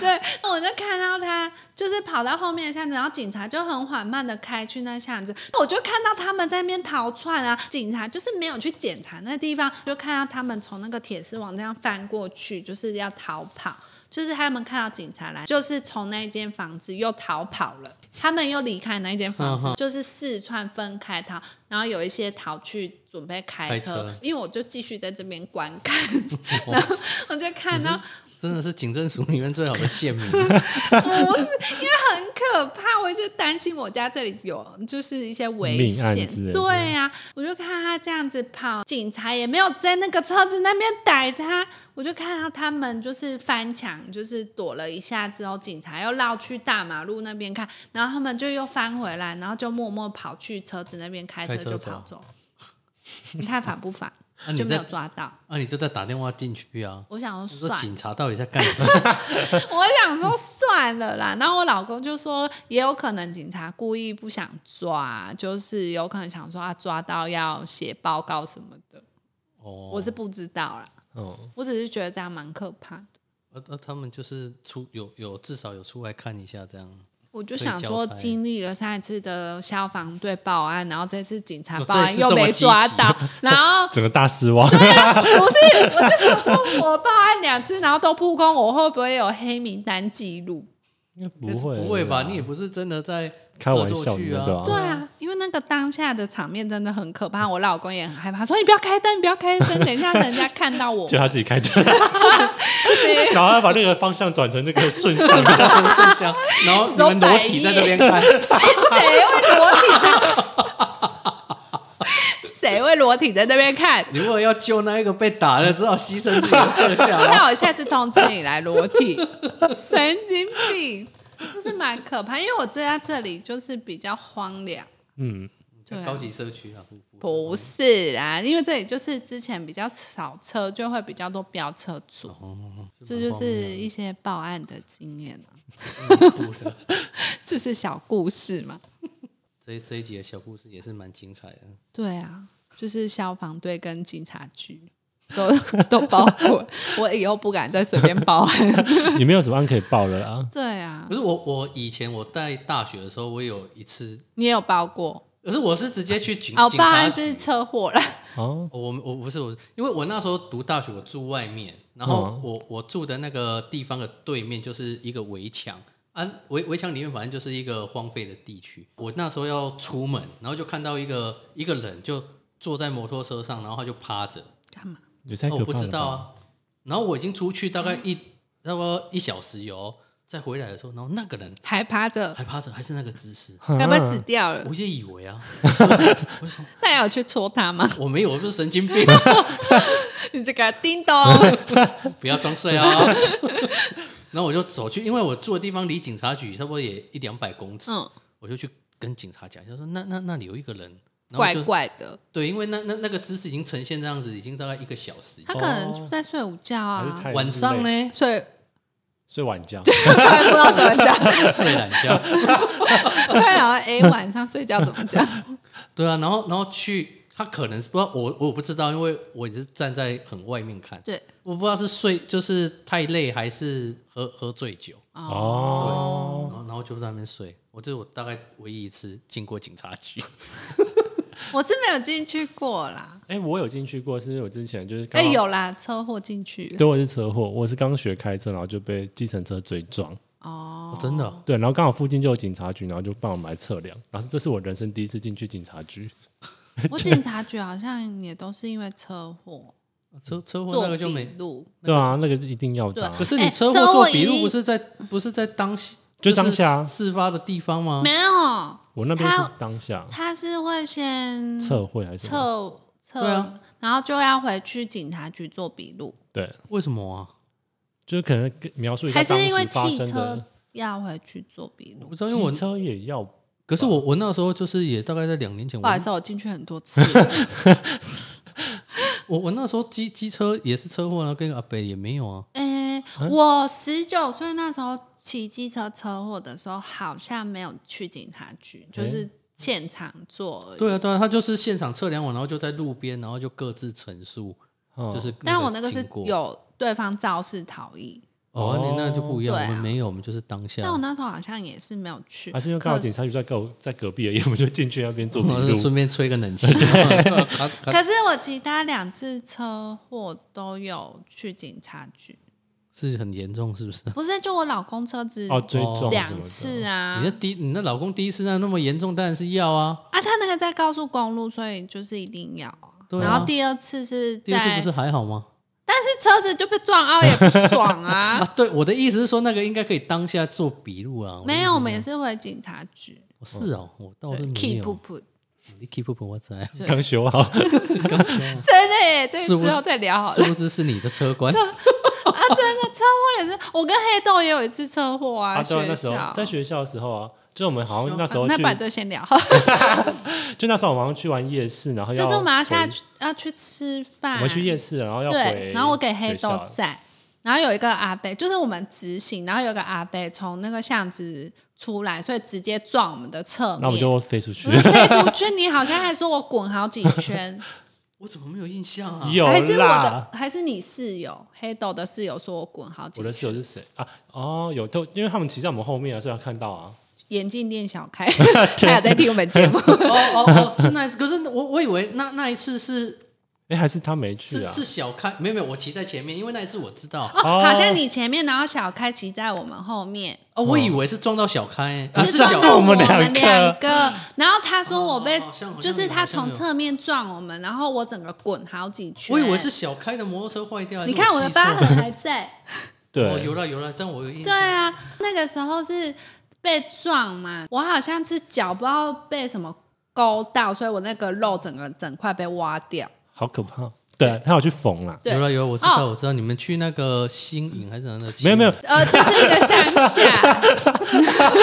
Speaker 1: 对，那我就看到他就是跑到后面的巷子，然后警察就很缓慢的开去那巷子，我就看到他们在那边逃窜啊，警察就是没有去检查那地方，就看到他们从那个铁丝网这样翻过去，就是要逃跑。就是他们看到警察来，就是从那一间房子又逃跑了，他们又离开那一间房子，就是四串分开逃，然后有一些逃去准备开
Speaker 3: 开
Speaker 1: 车
Speaker 3: 车，
Speaker 1: 因为我就继续在这边观看，然后我就看到
Speaker 3: 真的是警政署里面最好的 县民，
Speaker 1: 不是，因为很可怕，我一直担心我家这里有就是一些危
Speaker 2: 命案
Speaker 1: 险
Speaker 2: 之类。的
Speaker 1: 对呀、我就看他这样子跑，警察也没有在那个车子那边逮他，我就看到他们就是翻墙，就是躲了一下之后，警察又绕去大马路那边看，然后他们就又翻回来，然后就默默跑去车子那边开车
Speaker 3: 开车
Speaker 1: 就
Speaker 3: 走
Speaker 1: 跑走。你看反不反？
Speaker 3: 啊你
Speaker 1: 就没有
Speaker 3: 在
Speaker 1: 抓到。
Speaker 3: 啊，你就在打电话进去啊。
Speaker 1: 我想
Speaker 3: 我
Speaker 1: 说
Speaker 3: 说
Speaker 1: 算
Speaker 3: 警察到底在 干什么？
Speaker 1: 我想说算了啦，然后我老公就说，也有可能警察故意不想抓，就是有可能想说他抓到要写报告什么的，
Speaker 3: 哦，
Speaker 1: 我是不知道啦，
Speaker 2: 嗯，
Speaker 1: 我只是觉得这样蛮可怕的。
Speaker 3: 呃，呃他们就是出有有至少有出来看一下这样。
Speaker 1: 我就想说
Speaker 3: 被，交差
Speaker 1: 经历了上一次的消防队报案，然后这次警察
Speaker 3: 哦
Speaker 1: 报案
Speaker 3: 这一次
Speaker 1: 又
Speaker 3: 这么
Speaker 1: 没
Speaker 3: 积极
Speaker 1: 抓到，然后
Speaker 2: 整个大失望。
Speaker 1: 不是， 我就想说，我报案两次，然后都曝光，我会不会有黑名单记录？
Speaker 2: 应该不
Speaker 3: 但是
Speaker 2: 会，啊
Speaker 3: 不会吧？你也不是真的在
Speaker 2: 开玩
Speaker 3: 恶
Speaker 2: 笑
Speaker 3: 作
Speaker 2: 的
Speaker 3: 剧
Speaker 2: 对
Speaker 3: 啊，
Speaker 2: 吧？
Speaker 1: 对啊，因为那个当下的场面真的很可怕，我老公也很害怕，说哎你不要开灯，不要开灯，等一下人家看到我。
Speaker 2: 就他自己开灯，
Speaker 1: 对
Speaker 2: 然后他把那个方向转成那个顺 向的，
Speaker 3: 顺向，然后你们裸体在那边看，
Speaker 1: 谁会裸体在？谁会裸体在那边看？
Speaker 3: 你如果要救那一个被打的，只好牺牲自己的摄像。
Speaker 1: 那我下次通知你来裸体，神经病，就是蛮可怕。因为我住在这里就是比较荒凉，
Speaker 2: 嗯，
Speaker 1: 对
Speaker 3: 高级社区啊，不不
Speaker 1: 不是啦，因为这里就是之前比较少车，就会比较多飙车族，
Speaker 3: 哦，
Speaker 1: 这就是一些报案的经验啊，
Speaker 3: 不是。
Speaker 1: 就是小故事嘛。
Speaker 3: 这这一集的小故事也是蛮精彩的。
Speaker 1: 对啊，就是消防队跟警察局都 都包括，我以后不敢再随便报案。
Speaker 2: 也没有什么案可以报了啦。
Speaker 1: 对啊
Speaker 3: 可，是我我以前我在大学的时候，我有一次，
Speaker 1: 你也有报过
Speaker 3: 可是我是直接去警
Speaker 1: 哦？
Speaker 3: 警
Speaker 1: 报
Speaker 3: 察
Speaker 1: 案
Speaker 3: 局
Speaker 1: 是车祸了，
Speaker 2: 哦，
Speaker 3: 我我不是我，因为我那时候读大学，我住外面，然后
Speaker 2: 嗯
Speaker 3: 我、我住的那个地方的对面就是一个围墙，啊围围墙里面反正就是一个荒废的地区。我那时候要出门，然后就看到一个一个人就坐在摩托车上，然后他就趴着，
Speaker 1: 干嘛？
Speaker 2: 也太
Speaker 3: 哦
Speaker 2: 可怕
Speaker 3: 我
Speaker 2: 了吧。
Speaker 3: 不知道啊。然后我已经出去大概一差不多一小时有哦，再回来的时候，然后那个人
Speaker 1: 还趴着，
Speaker 3: 还趴着，还是那个姿势，
Speaker 1: 该不会死掉了
Speaker 3: 嗯我？也以为啊，
Speaker 1: 那你有去戳他吗？
Speaker 3: 我没有，我不是神经病。 啊
Speaker 1: 你这个叮咚，
Speaker 3: 不要装睡哦。然后我就走去，因为我住的地方离警察局差不多也一两百公尺，
Speaker 1: 嗯，
Speaker 3: 我就去跟警察讲，他说那那那里有一个人，然后我
Speaker 1: 怪
Speaker 3: 就
Speaker 1: 怪的。
Speaker 3: 对，因为那那那个姿势已经呈现这样子，已经大概一个小时。
Speaker 1: 他可能就在睡午觉
Speaker 2: 还
Speaker 1: 啊
Speaker 2: 是，太累
Speaker 3: 晚上呢，
Speaker 1: 睡
Speaker 2: 睡晚觉，
Speaker 1: 突然不知道怎么讲，
Speaker 3: 睡懒觉，
Speaker 1: 突然想到哎，晚上睡觉怎么讲？
Speaker 3: 对啊，然后然后去，他可能是不知道我我不知道，因为我也是站在很外面 看，
Speaker 1: 对，
Speaker 3: 我不知道是睡就是太累还是喝喝醉酒，
Speaker 2: 哦，
Speaker 3: 然后然后就在那边睡，我这是我大概唯一一次进过警察局，
Speaker 1: 哦我是没有进去过啦。
Speaker 2: 哎，我有进去过，是我之前就是
Speaker 1: 哎、
Speaker 2: 刚好，
Speaker 1: 有啦，车祸进去
Speaker 2: 哦对，我是车祸，我是刚学开车，然后就被计程车追撞，
Speaker 1: 哦
Speaker 3: 哦、真的哦、
Speaker 2: 对，然后刚好附近就有警察局，然后就帮我们来测量，然后这是我人生第一次进去警察局，
Speaker 1: 我警察局好像也都是因为车祸
Speaker 3: 车车祸那
Speaker 1: 做
Speaker 3: 个就
Speaker 1: 笔
Speaker 3: 没。
Speaker 1: 录，
Speaker 2: 对啊，那个一定要的啊，
Speaker 3: 可是
Speaker 1: 哎
Speaker 3: 你车
Speaker 1: 车
Speaker 3: 祸
Speaker 1: 祸
Speaker 3: 做
Speaker 1: 一
Speaker 3: 笔录
Speaker 1: 定
Speaker 3: 不是在不是在当下
Speaker 2: 就当下啊
Speaker 3: 是事发的地方
Speaker 2: 嗯
Speaker 3: 吗？
Speaker 1: 没有，
Speaker 2: 我那边是
Speaker 1: 他
Speaker 2: 当下
Speaker 1: 他是会先
Speaker 2: 测绘还是什么
Speaker 1: 测测、
Speaker 3: 对啊
Speaker 1: 然后就要回去警察局做笔录，
Speaker 2: 对，
Speaker 3: 为什么啊？
Speaker 2: 就是可能跟描述一下
Speaker 1: 还
Speaker 2: 当
Speaker 1: 是
Speaker 2: 时
Speaker 1: 因为
Speaker 2: 发
Speaker 1: 汽
Speaker 2: 生
Speaker 1: 车
Speaker 2: 的，
Speaker 1: 要回去做笔
Speaker 3: 我
Speaker 1: 录
Speaker 3: 不？知道，因为
Speaker 2: 汽
Speaker 3: 我
Speaker 2: 车也要
Speaker 3: 可是我我那时候就是也大概在两年前，
Speaker 1: 不好
Speaker 3: 我
Speaker 1: 意思，我进去很多次，
Speaker 3: 我我那时候机机车也是车祸然后跟阿北也没有啊。
Speaker 1: 哎、
Speaker 2: 嗯
Speaker 1: 我十九岁那时候骑机车车祸的时候，好像没有去警察局，就是现场做而已。
Speaker 3: 对啊对啊，他就是现场测量完，然后就在路边，然后就各自陈述，
Speaker 2: 哦
Speaker 3: 就是。
Speaker 1: 但我那个是
Speaker 3: 经过
Speaker 1: 有对方肇事逃逸，
Speaker 3: 哦，你那就不一样，
Speaker 1: 哦对
Speaker 3: 我
Speaker 1: 啊
Speaker 3: 们没有，我们就是当下
Speaker 1: 但。我那时候好像也是没有去，
Speaker 2: 还是因为刚好
Speaker 1: 可
Speaker 2: 警察局在隔
Speaker 1: 嗯
Speaker 2: 在隔壁而已，我们就进去那边做笔
Speaker 3: 我 就
Speaker 2: 录。
Speaker 3: 顺便吹个 冷气。 咔咔
Speaker 1: 可是我其他两次车祸都有去警察局，
Speaker 3: 是很严重，是不是？
Speaker 1: 不是就我老公车子
Speaker 2: 哦，追撞什么的
Speaker 1: 两次啊
Speaker 3: 你那第你那老公第一次那那么严重，当然是要啊。
Speaker 1: 啊，他那个在高速公路，所以就是一定要啊。
Speaker 3: 对啊
Speaker 1: 然后第二次是
Speaker 3: 第二次
Speaker 1: 在，
Speaker 3: 不是还好吗？
Speaker 1: 但是车子就被撞凹也不爽啊
Speaker 3: 啊，。对，我的意思是说，那个应该可以当下做笔录啊。我
Speaker 1: 没有，我们也是回警察局
Speaker 3: 哦是哦，我倒是没
Speaker 1: ，keep
Speaker 3: 有。
Speaker 1: up，
Speaker 3: 你 keep up，我在。
Speaker 1: 对
Speaker 2: 刚修好，
Speaker 1: 真的耶，这
Speaker 3: 是
Speaker 1: 个
Speaker 3: 不是
Speaker 1: 之后再聊好
Speaker 3: 殊
Speaker 1: 了。
Speaker 3: 不知是你的车管，
Speaker 1: 啊，真的车祸也是，我跟黑豆也有一次车祸
Speaker 2: 啊，对啊，
Speaker 1: 学
Speaker 2: 那时候
Speaker 1: 校
Speaker 2: 在学校的时候啊，就我们好像那时候
Speaker 1: 那
Speaker 2: 去，
Speaker 1: 把这先聊 好。
Speaker 2: 就那时候我们好像去完夜市，然后要
Speaker 1: 就是我们要下
Speaker 2: 回，
Speaker 1: 去要去吃饭，
Speaker 2: 我们去夜市，然后要
Speaker 1: 对
Speaker 2: 回，，
Speaker 1: 然后我给黑豆。在，然后有一个阿伯，就是我们直行，然后有一个阿伯从那个巷子出来，所以直接撞我们的侧
Speaker 2: 那我
Speaker 1: 面。
Speaker 2: 们就飞出 去
Speaker 1: 不，是飞出去，你好像还说我滚好几圈，
Speaker 3: 我怎么没有印象啊？
Speaker 2: 有
Speaker 1: 还是我的
Speaker 2: 啦。，
Speaker 1: 还是你室友黑豆的室友说我滚好几
Speaker 2: 我的
Speaker 1: 圈，
Speaker 2: 室友是谁啊？哦，有都，因为他们骑在我们后面啊，所以要看到啊。
Speaker 1: 眼镜店小 开，他有在听我们节目，
Speaker 3: 哦哦哦，是那一次，可是我我以为那那一次是
Speaker 2: 哎，还是他没去
Speaker 3: 是
Speaker 2: 啊？
Speaker 3: 是小开，没有没有，我骑在前面，因为那一次我知道，
Speaker 1: 哦，
Speaker 2: 哦
Speaker 1: 好像你前面，然后小开骑在我们后面，
Speaker 3: 哦，我以为是撞到小开，
Speaker 2: 啊
Speaker 3: 啊
Speaker 1: 是
Speaker 2: 啊
Speaker 3: 小
Speaker 2: 是我们两个
Speaker 1: 们两个。然后他说我被
Speaker 3: 哦好像好，像
Speaker 1: 就是
Speaker 3: 有
Speaker 1: 他
Speaker 3: 好像
Speaker 1: 从
Speaker 3: 有
Speaker 1: 侧面撞我们，然后我整个滚好几圈。
Speaker 3: 我以为是，小开的摩托车坏掉，还是
Speaker 1: 你看我的
Speaker 3: 记错
Speaker 1: 疤
Speaker 3: 了
Speaker 1: 痕还 在。
Speaker 3: 哦，
Speaker 2: 对
Speaker 3: 有，了有了，这样我有印
Speaker 1: 对
Speaker 3: 象。
Speaker 1: 啊，那个时候是被撞嘛，我好像是脚不知道被什么勾到，所以我那个肉整个整块被挖掉。
Speaker 2: 好可怕。对，他有去缝啊啦。
Speaker 1: 对
Speaker 3: 有了有了，我知道、
Speaker 1: 哦
Speaker 3: 我知道，你们去那个新营还是哪那个？
Speaker 2: 没有没有，
Speaker 1: 呃，就是一个乡 下。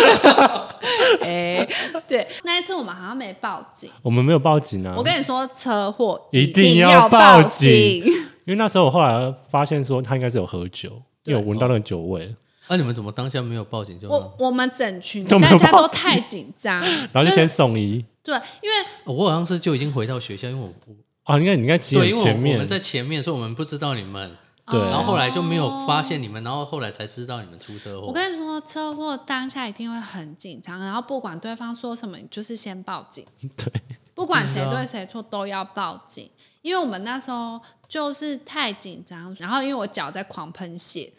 Speaker 1: 哎、对，那一次我们好像没报警。
Speaker 2: 我们没有报
Speaker 3: 嗯
Speaker 2: 警啊。
Speaker 1: 我跟你说，车祸
Speaker 2: 一定
Speaker 1: 定
Speaker 2: 要
Speaker 1: 要
Speaker 2: 报
Speaker 1: 警。
Speaker 2: 因为那时候我后来发现说他应该是有喝酒，因
Speaker 1: 对
Speaker 2: 为我闻到那个酒味，
Speaker 3: 那、啊你们怎么当下没有报警就？
Speaker 1: 我我们整群
Speaker 2: 都没
Speaker 1: 大
Speaker 2: 有
Speaker 1: 家
Speaker 2: 报
Speaker 1: 都
Speaker 2: 警
Speaker 1: 太紧张，然
Speaker 2: 然后就先送医
Speaker 1: 对，因为
Speaker 3: 哦我好像是就已经回到学校，因为我我
Speaker 2: 啊，应该你应该骑
Speaker 3: 对，
Speaker 2: 很
Speaker 3: 因为
Speaker 2: 前
Speaker 3: 我我
Speaker 2: 面
Speaker 3: 们，在前面，所以我们不知道你们，
Speaker 2: 对
Speaker 3: 然后后来就没有发现你们，然后后来才知道你们出车祸。
Speaker 1: 我跟你说，车祸当下一定会很紧张，然后不管对方说什么，你就是先报警，
Speaker 2: 对，
Speaker 1: 不管谁对谁错都要报警，因为我们那时候就是太紧张，然后因为我脚在狂喷血，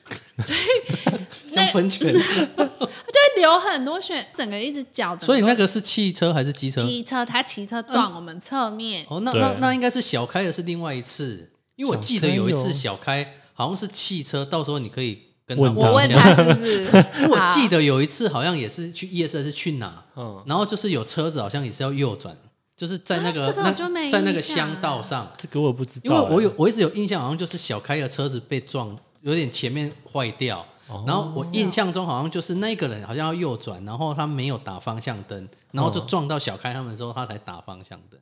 Speaker 3: 像喷泉，
Speaker 1: 它就会流很多血，整个一直脚，
Speaker 3: 所以那个是汽车还是机车？
Speaker 1: 机车他骑车
Speaker 2: 嗯
Speaker 1: 撞我们侧面，
Speaker 3: 哦，那
Speaker 2: 对
Speaker 3: 那那应该是小开的是另外一次，因为我记得有一次
Speaker 2: 小
Speaker 3: 小开好像是汽车，到时候你可以跟
Speaker 2: 问
Speaker 1: 我问
Speaker 3: 一下
Speaker 1: 他 是不是
Speaker 2: 嗯
Speaker 3: 因为，我
Speaker 1: 好
Speaker 3: 记得有一次好像也是去夜市还是去哪，
Speaker 2: 嗯，
Speaker 3: 然后就是有车子好像也是要右转，就是在那个、
Speaker 1: 啊这个
Speaker 3: 那
Speaker 1: 我就没印
Speaker 3: 在那个
Speaker 1: 象啊
Speaker 3: 乡道上，
Speaker 2: 这个我不知道，
Speaker 3: 因为我有我一直有印象，好像就是小开的车子被撞，有点前面坏掉。然后我印象中好像就是那个人好像要右转，然后他没有打方向灯，然后就撞到小开他们之后，他才打方向灯，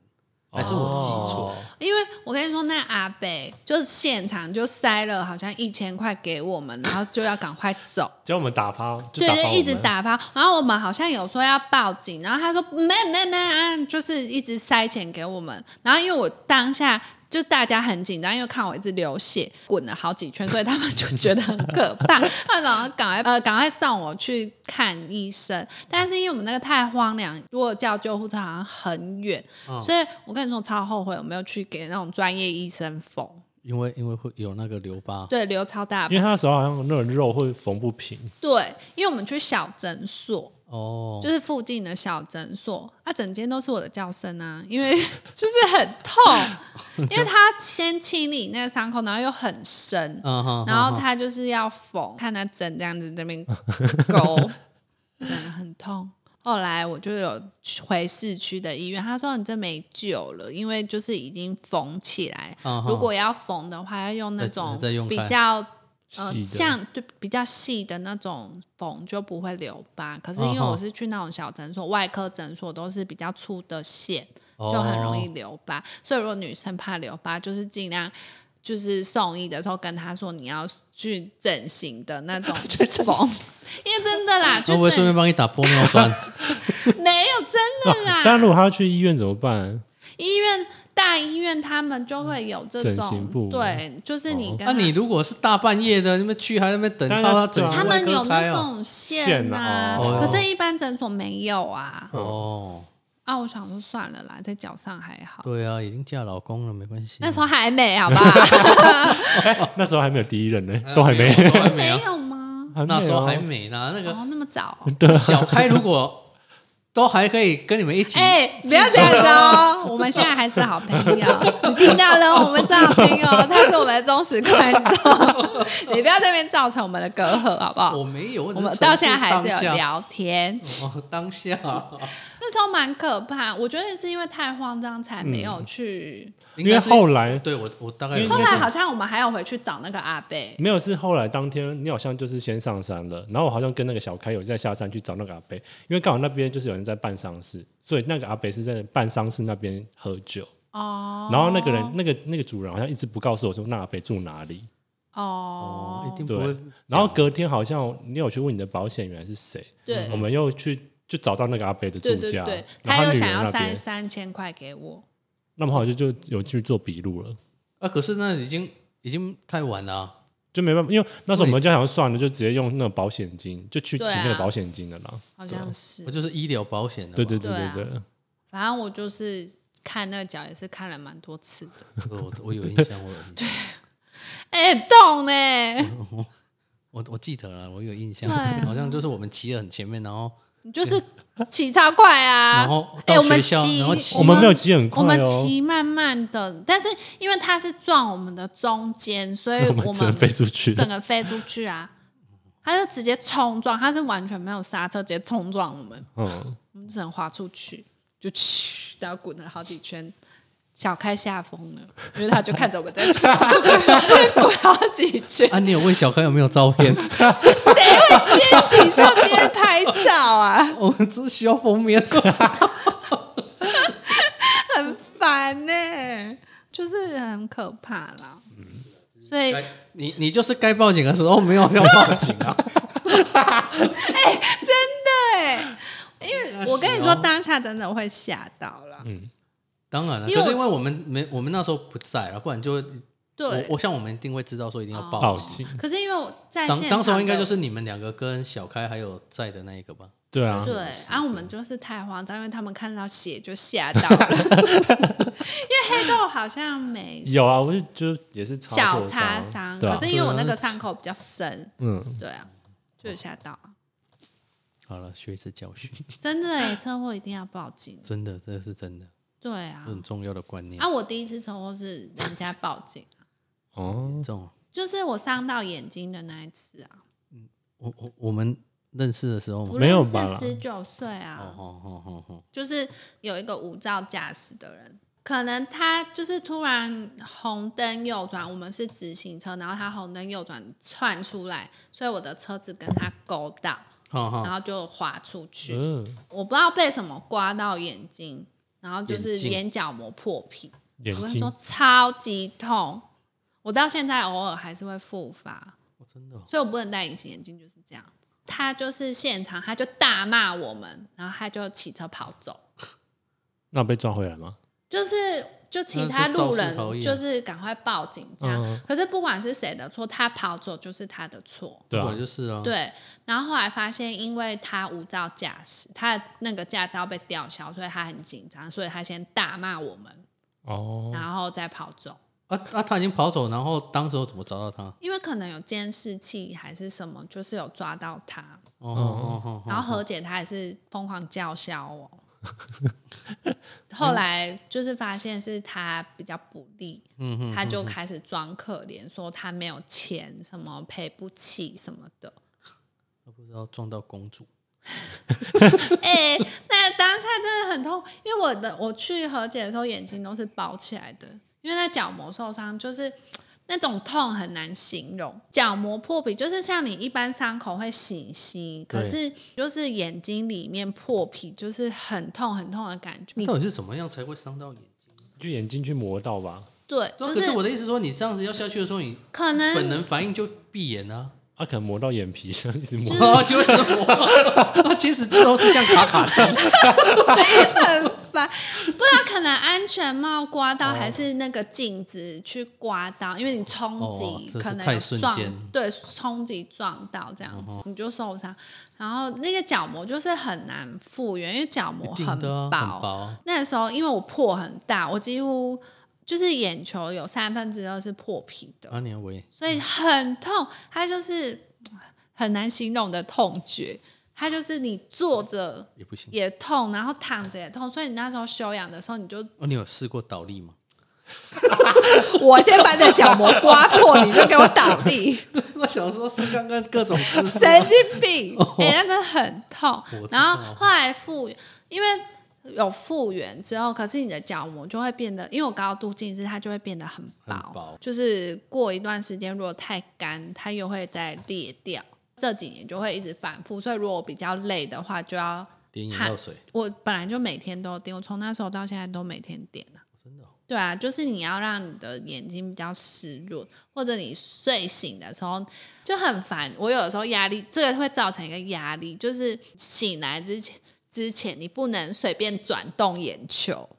Speaker 2: 哦
Speaker 3: 还是我记错？
Speaker 1: 因为我跟你说，那阿北就是现场就塞了好像一千块给我们，然后就要赶快走，
Speaker 2: 叫我们打发，就
Speaker 1: 对，
Speaker 2: 打发
Speaker 1: 就
Speaker 2: 我们
Speaker 1: 一直，打发。然后我们好像有说要报警，然后他说没没没啊，就是一直塞钱给我们。然后因为我当下就大家很紧张，因为看我一直流血，滚了好几圈，所以他们就觉得很可怕。他然后赶快呃赶快送我去看医生，但是因为我们那个太荒凉，如果叫救护车好像很远，
Speaker 2: 嗯
Speaker 1: 所以我跟你说我超后悔我没有去给那种专业医生缝，
Speaker 3: 因为因为会有那个留疤，
Speaker 1: 对，留超大
Speaker 2: 因为他那时候好像那个肉会缝不 平，
Speaker 1: 对，因为我们去小诊所。
Speaker 3: 哦，
Speaker 1: 就是附近的小诊所，啊，整间都是我的叫声啊，因为 就是很 痛，因为他先清理那个伤口，然后又很深，
Speaker 3: 嗯哼，
Speaker 1: 然后
Speaker 3: 哼
Speaker 1: 他就是要缝，看他针这样子在那 边勾，真的很痛。后来我就有回市区的医院，他说你这没救了，因为就是已经缝起来，
Speaker 3: 嗯哼
Speaker 1: 如果要缝的话，要用那
Speaker 3: 再
Speaker 1: 种
Speaker 3: 再用
Speaker 1: 比
Speaker 3: 开
Speaker 1: 较呃
Speaker 2: 细，的
Speaker 1: 像就比较细的那种缝就不会留疤。可是因为
Speaker 3: 嗯哼
Speaker 1: 我是去那种小诊所、外科诊所，都是比较粗的线，
Speaker 3: 哦
Speaker 1: 就很容易留疤。所以如果女生怕留疤，就是尽量。就是送医的时候跟她说你要去整形的那种缝，因为真的啦，去
Speaker 3: 哦那我会顺
Speaker 1: 整
Speaker 3: 便帮你打玻尿酸，
Speaker 1: 没有真的
Speaker 3: 啊
Speaker 1: 啦。
Speaker 2: 但如果他要去医院怎么办？
Speaker 1: 医院大医院他们就会有这
Speaker 2: 整形
Speaker 1: 种，
Speaker 2: 部
Speaker 1: 对，啊就是你跟
Speaker 3: 那啊你如果是大半夜的，你们去还在那边等
Speaker 2: 当
Speaker 3: 到
Speaker 2: 然
Speaker 3: 他整
Speaker 2: 对啊
Speaker 1: 他
Speaker 3: 形外
Speaker 1: 们有
Speaker 3: 科开
Speaker 1: 那
Speaker 3: 哦，
Speaker 1: 种
Speaker 2: 线
Speaker 1: 呐、
Speaker 2: 啊
Speaker 3: 哦
Speaker 1: 可是，一般诊所没有啊。
Speaker 3: 哦，
Speaker 1: 啊，我想说算了啦，在脚上还好，
Speaker 3: 对啊，已经嫁老公了，没关系。
Speaker 1: 那时候还没，好不好？
Speaker 2: 那时候还没有第一任呢，都还没，
Speaker 3: 有都还哎没
Speaker 1: 没
Speaker 3: 啊，
Speaker 1: 有吗？
Speaker 2: 没有
Speaker 3: 那时候还没呢。那个
Speaker 1: 哦，那么早哦、
Speaker 3: 小开如果都还可以跟你们一起，
Speaker 1: 哎、不要这样子哦！我们现在还是好朋友， 你听到了？我们是好朋友，他是我们的忠实观众，你不要在那边造成我们的隔阂，好不好？
Speaker 3: 我没有，我
Speaker 1: 我
Speaker 3: 只是
Speaker 1: 们
Speaker 3: 陈述
Speaker 1: 到现在还是
Speaker 3: 当
Speaker 1: 有
Speaker 3: 下。
Speaker 1: 聊天，
Speaker 3: 哦，当下
Speaker 1: 那那时候蛮可怕，我觉得是因为太慌张
Speaker 2: 嗯
Speaker 1: 才没有去。
Speaker 2: 因
Speaker 3: 应
Speaker 2: 为
Speaker 3: 该是
Speaker 2: 后来
Speaker 3: 对我我大概
Speaker 2: 因为
Speaker 3: 有
Speaker 1: 后
Speaker 2: 嗯应该
Speaker 1: 来
Speaker 2: 是嗯
Speaker 1: 好像我们还有回去找那个阿贝，
Speaker 2: 没有是后来当天你好像就是先上山了，然后我好像跟那个小开有在下山去找那个阿伯，因为刚好那边就是有人在办丧事，所以那个阿伯是在办丧事那边喝酒。
Speaker 1: 哦，
Speaker 2: 然后那个人，那个那个主人好像一直不告诉我说那阿北住哪里。
Speaker 1: 哦，
Speaker 3: 一定不
Speaker 2: 对
Speaker 3: 会。，
Speaker 2: 然后隔天好像你有去问你的保险员是谁，
Speaker 1: 对
Speaker 2: 我们又去就找到那个阿北的住
Speaker 1: 对对
Speaker 2: 家，
Speaker 1: 对，他
Speaker 2: 然后
Speaker 1: 又
Speaker 2: 女
Speaker 1: 想
Speaker 2: 儿
Speaker 1: 要
Speaker 2: 那
Speaker 1: 三
Speaker 2: 边，
Speaker 1: 三千块给我，
Speaker 2: 那么好像就就有去做笔录了，
Speaker 3: 啊，可是那已经已经太晚了啊、
Speaker 2: 就没办法，因为那时候我们就想算了，就直接用那个保险金，就去请
Speaker 1: 对啊
Speaker 2: 那个保险金的啦。
Speaker 1: 好像是
Speaker 3: 我。就是医疗保险的嘛。
Speaker 2: 对对对
Speaker 1: 对啊
Speaker 2: 对，
Speaker 1: 反正我就是看那个脚也是看了蛮多次的，
Speaker 3: 我我我有印象，我有印象
Speaker 1: 哎、动呢，
Speaker 3: 我我记得了，我有印象，
Speaker 1: 对啊
Speaker 3: 好像就是我们骑得很前面，然后
Speaker 1: 你就是骑超快啊，
Speaker 3: 然后
Speaker 1: 哎、
Speaker 3: 到
Speaker 1: 我们
Speaker 3: 学校
Speaker 1: 骑
Speaker 3: 然后骑
Speaker 2: 我们没有骑很
Speaker 1: 我
Speaker 2: 快
Speaker 1: 们
Speaker 2: 哦，
Speaker 1: 骑慢慢的，但是因为它是撞我们的中间，所以
Speaker 2: 们只能飞出去。
Speaker 1: 整个飞出去啊！他就直接冲撞，他是完全没有刹车，直接冲撞我们，
Speaker 2: 嗯，
Speaker 1: 我们只能滑出去，就去，然后滚了好几圈。小开吓疯了，因为他就看着我们在冲 滚好几圈，
Speaker 3: 啊，你有问小康有没有 照片？
Speaker 1: 谁会边骑车边拍照啊？
Speaker 3: 我们只需要封面。
Speaker 1: 很烦呢、就是很可怕啦。
Speaker 3: 嗯
Speaker 1: 所以
Speaker 3: 你你就是该报警的时候没有要报警啊！
Speaker 1: 对，因为我跟你
Speaker 3: 哦
Speaker 1: 说，当下真的会吓到了。
Speaker 3: 当然了，
Speaker 1: 因为
Speaker 3: 可
Speaker 1: 我
Speaker 3: 是因为我们没我们那时候不在了，不然就会我
Speaker 1: 对，
Speaker 3: 我像我们一定会知道说一定要
Speaker 2: 报
Speaker 3: 报警。
Speaker 2: 警，
Speaker 1: 可是因为我在现
Speaker 3: 当当时候
Speaker 1: 场
Speaker 3: 应该
Speaker 1: 的
Speaker 3: 就是你们两个跟小开还有在的那一个吧？
Speaker 2: 对啊，
Speaker 1: 对，然后我们就是太慌张，因为他们看到血就吓到 了。因为黑豆好像没
Speaker 2: 有啊，我是就也是擦
Speaker 1: 小
Speaker 2: 挫
Speaker 1: 擦
Speaker 2: 伤，
Speaker 1: 伤，
Speaker 2: 对啊
Speaker 1: 可是因为我那个伤口比较深，
Speaker 2: 嗯，
Speaker 1: 对啊，就有吓到啊。
Speaker 3: 好了，学一次教训，
Speaker 1: 真的哎，车祸一定要报警。
Speaker 3: 真的，这是真的，
Speaker 1: 对啊
Speaker 3: 这，很重要的观念
Speaker 1: 啊，。我第一次车祸是人家报警，
Speaker 2: 哦，
Speaker 3: 这种，
Speaker 1: 就是我伤到眼睛的那一次啊，
Speaker 3: 我我我们认识的时候嘛，
Speaker 1: 我
Speaker 2: 哦没有
Speaker 1: 认识
Speaker 2: 吧
Speaker 1: 十九岁啊，
Speaker 3: 哦哦哦哦哦，
Speaker 1: 就是有一个无照驾驶的人，可能他就是突然红灯右转，我们是直行车，然后他红灯右转窜出来，所以我的车子跟他勾到，
Speaker 3: 好好
Speaker 1: 然后就滑出去，
Speaker 2: 哦嗯，
Speaker 1: 我不知道被什么刮到眼睛，然后就是
Speaker 3: 眼睛
Speaker 1: 眼角膜破皮，
Speaker 2: 眼
Speaker 1: 我跟你
Speaker 2: 睛
Speaker 1: 说超级痛，我到现在偶尔还是会复发。
Speaker 3: 哦真的哦，
Speaker 1: 所以我不能戴隐形眼镜，就是这样子。他就是现场，他就大骂我们，然后他就骑车跑走，
Speaker 2: 那被抓回来吗？
Speaker 1: 就是就其他路
Speaker 3: 那是肇事逃
Speaker 1: 人
Speaker 3: 逸啊
Speaker 1: 就是赶快报警这样。
Speaker 2: 嗯
Speaker 1: 可是不管是谁的错，他跑走就是他的错。
Speaker 2: 对啊
Speaker 3: 我，就是啊，
Speaker 1: 对，然后后来发现，因为他无照驾驶，他的那个驾照被吊销，所以他很紧张，所以他先大骂我们，
Speaker 2: 哦，
Speaker 1: 然后再跑走。
Speaker 3: 啊啊，他已经跑走，然后当时候怎么找到他？
Speaker 1: 因为可能有监视器还是什么，就是有抓到他。
Speaker 3: 哦哦哦哦，
Speaker 1: 然后何姐她还是疯狂叫嚣 我。后来就是发现是她比较不利，
Speaker 3: 嗯哼，
Speaker 1: 她就开始装可怜，说她没有钱，什么赔不起什么的。
Speaker 3: 他不知道撞到公主，
Speaker 1: 哎、那当下真的很痛，因为我的我去何姐的时候眼睛都是包起来的，因为那角膜受伤就是。那种痛很难形容，角膜破皮就是像你一般伤口会醒息，可是就是眼睛里面破皮，就是很痛很痛的感觉。你
Speaker 3: 到底是怎么样才会伤到眼睛？
Speaker 2: 就眼睛去磨到吧，
Speaker 1: 对，就
Speaker 3: 可是嗯我
Speaker 1: 是
Speaker 3: 的意思说，你这样子要下去的时候，你
Speaker 1: 可
Speaker 3: 本
Speaker 1: 能
Speaker 3: 能反应就闭眼啊。
Speaker 2: 啊，可能磨到眼皮，一直磨
Speaker 1: 就。是
Speaker 3: 哦，就会折磨。 他其实之后是像卡卡 西，
Speaker 1: 不知道，可能安全帽刮到还是那个镜子去刮到，因为你冲
Speaker 3: 哦
Speaker 1: 击
Speaker 3: 这是
Speaker 1: 可能
Speaker 3: 太
Speaker 1: 有
Speaker 3: 瞬
Speaker 1: 撞
Speaker 3: 间，嗯
Speaker 1: 对，冲击撞到这样子你就受伤。然后那个角膜就是很难复原，因为角膜
Speaker 3: 一定的啊很薄。
Speaker 1: 那时候因为我破很大，我几乎就是眼球有三分之二是破皮的，
Speaker 3: 阿年维，
Speaker 1: 所以很痛，它就是嗯很难形容的痛觉。它就是你坐着
Speaker 3: 也不行。
Speaker 1: 也痛，然后躺着也痛，所以你那时候休养的时候，你就
Speaker 3: 哦，你有试过倒 立吗？
Speaker 1: 我先把你的角膜刮破，你就给我倒地，
Speaker 3: 我想说，是刚刚各种 姿 势
Speaker 1: 神经病！哎、那真的很痛
Speaker 3: 我知道。
Speaker 1: 然后后来复原，因为有复原之后，可是你的角膜就会变得，因为我高度近视，它就会变得很薄，
Speaker 3: 很薄
Speaker 1: 就是过一段时间如果太干，它又会再裂掉。这几年就会一直反复，所以如果我比较累的话，就要
Speaker 3: 点眼药水，
Speaker 1: 我本来就每天都点，我从那时候到现在都每天点啊。
Speaker 3: 真的哦、
Speaker 1: 对啊，就是你要让你的眼睛比较湿润，或者你睡醒的时候就很烦。我有的时候压力，这个会造成一个压力，就是醒来之前之前你不能随便转动眼球。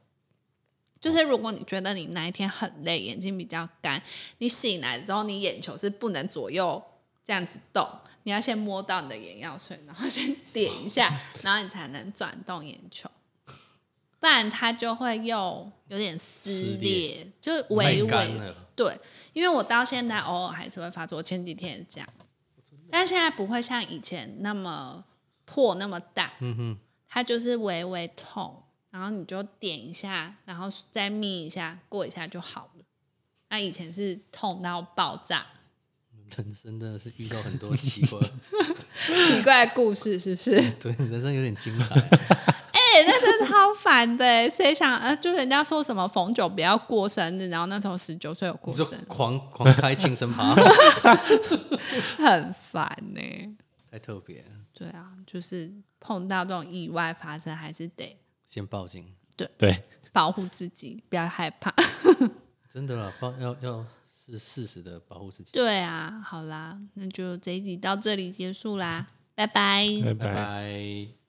Speaker 1: 就是如果你觉得你那一天很累，眼睛比较干，你醒来之后你眼球是不能左右这样子动，你要先摸到你的眼药水，然后先点一下，然后你才能转动眼球。 不然它就会又有点撕
Speaker 3: 撕
Speaker 1: 裂
Speaker 3: 裂，
Speaker 1: 就微
Speaker 3: 太干
Speaker 1: 微
Speaker 3: 了，
Speaker 1: 对，因为我到现在偶尔还是会发作，我前几天也这样，
Speaker 3: 哦
Speaker 1: 但现在不会像以前那么破那么大，
Speaker 3: 嗯哼，
Speaker 1: 它就是微微痛，然后你就点一下，然后再眯一下，过一下就好了。那以前是痛到爆炸，
Speaker 3: 人生真的是遇到很多奇 怪，
Speaker 1: 奇怪的故事是不是？
Speaker 3: 对，人生有点精彩啊、
Speaker 1: 哎、那真的超烦的欸，谁想呃，就人家说什么逢九不要过生日，然后那时候十九岁有过
Speaker 3: 你就
Speaker 1: 生 日，
Speaker 3: 狂狂开庆生趴，
Speaker 1: 很烦欸呢、
Speaker 3: 太特别了，
Speaker 1: 对啊，就是碰到这种意外发生，还是得
Speaker 3: 先报警，
Speaker 2: 对，
Speaker 1: 保护自己，不要害怕。
Speaker 3: 真的啦，报要要是适时的保护自己。
Speaker 1: 对啊，好啦，那就这一集到这里结束啦，拜拜。
Speaker 2: 拜
Speaker 3: 拜
Speaker 2: 拜。
Speaker 3: 拜。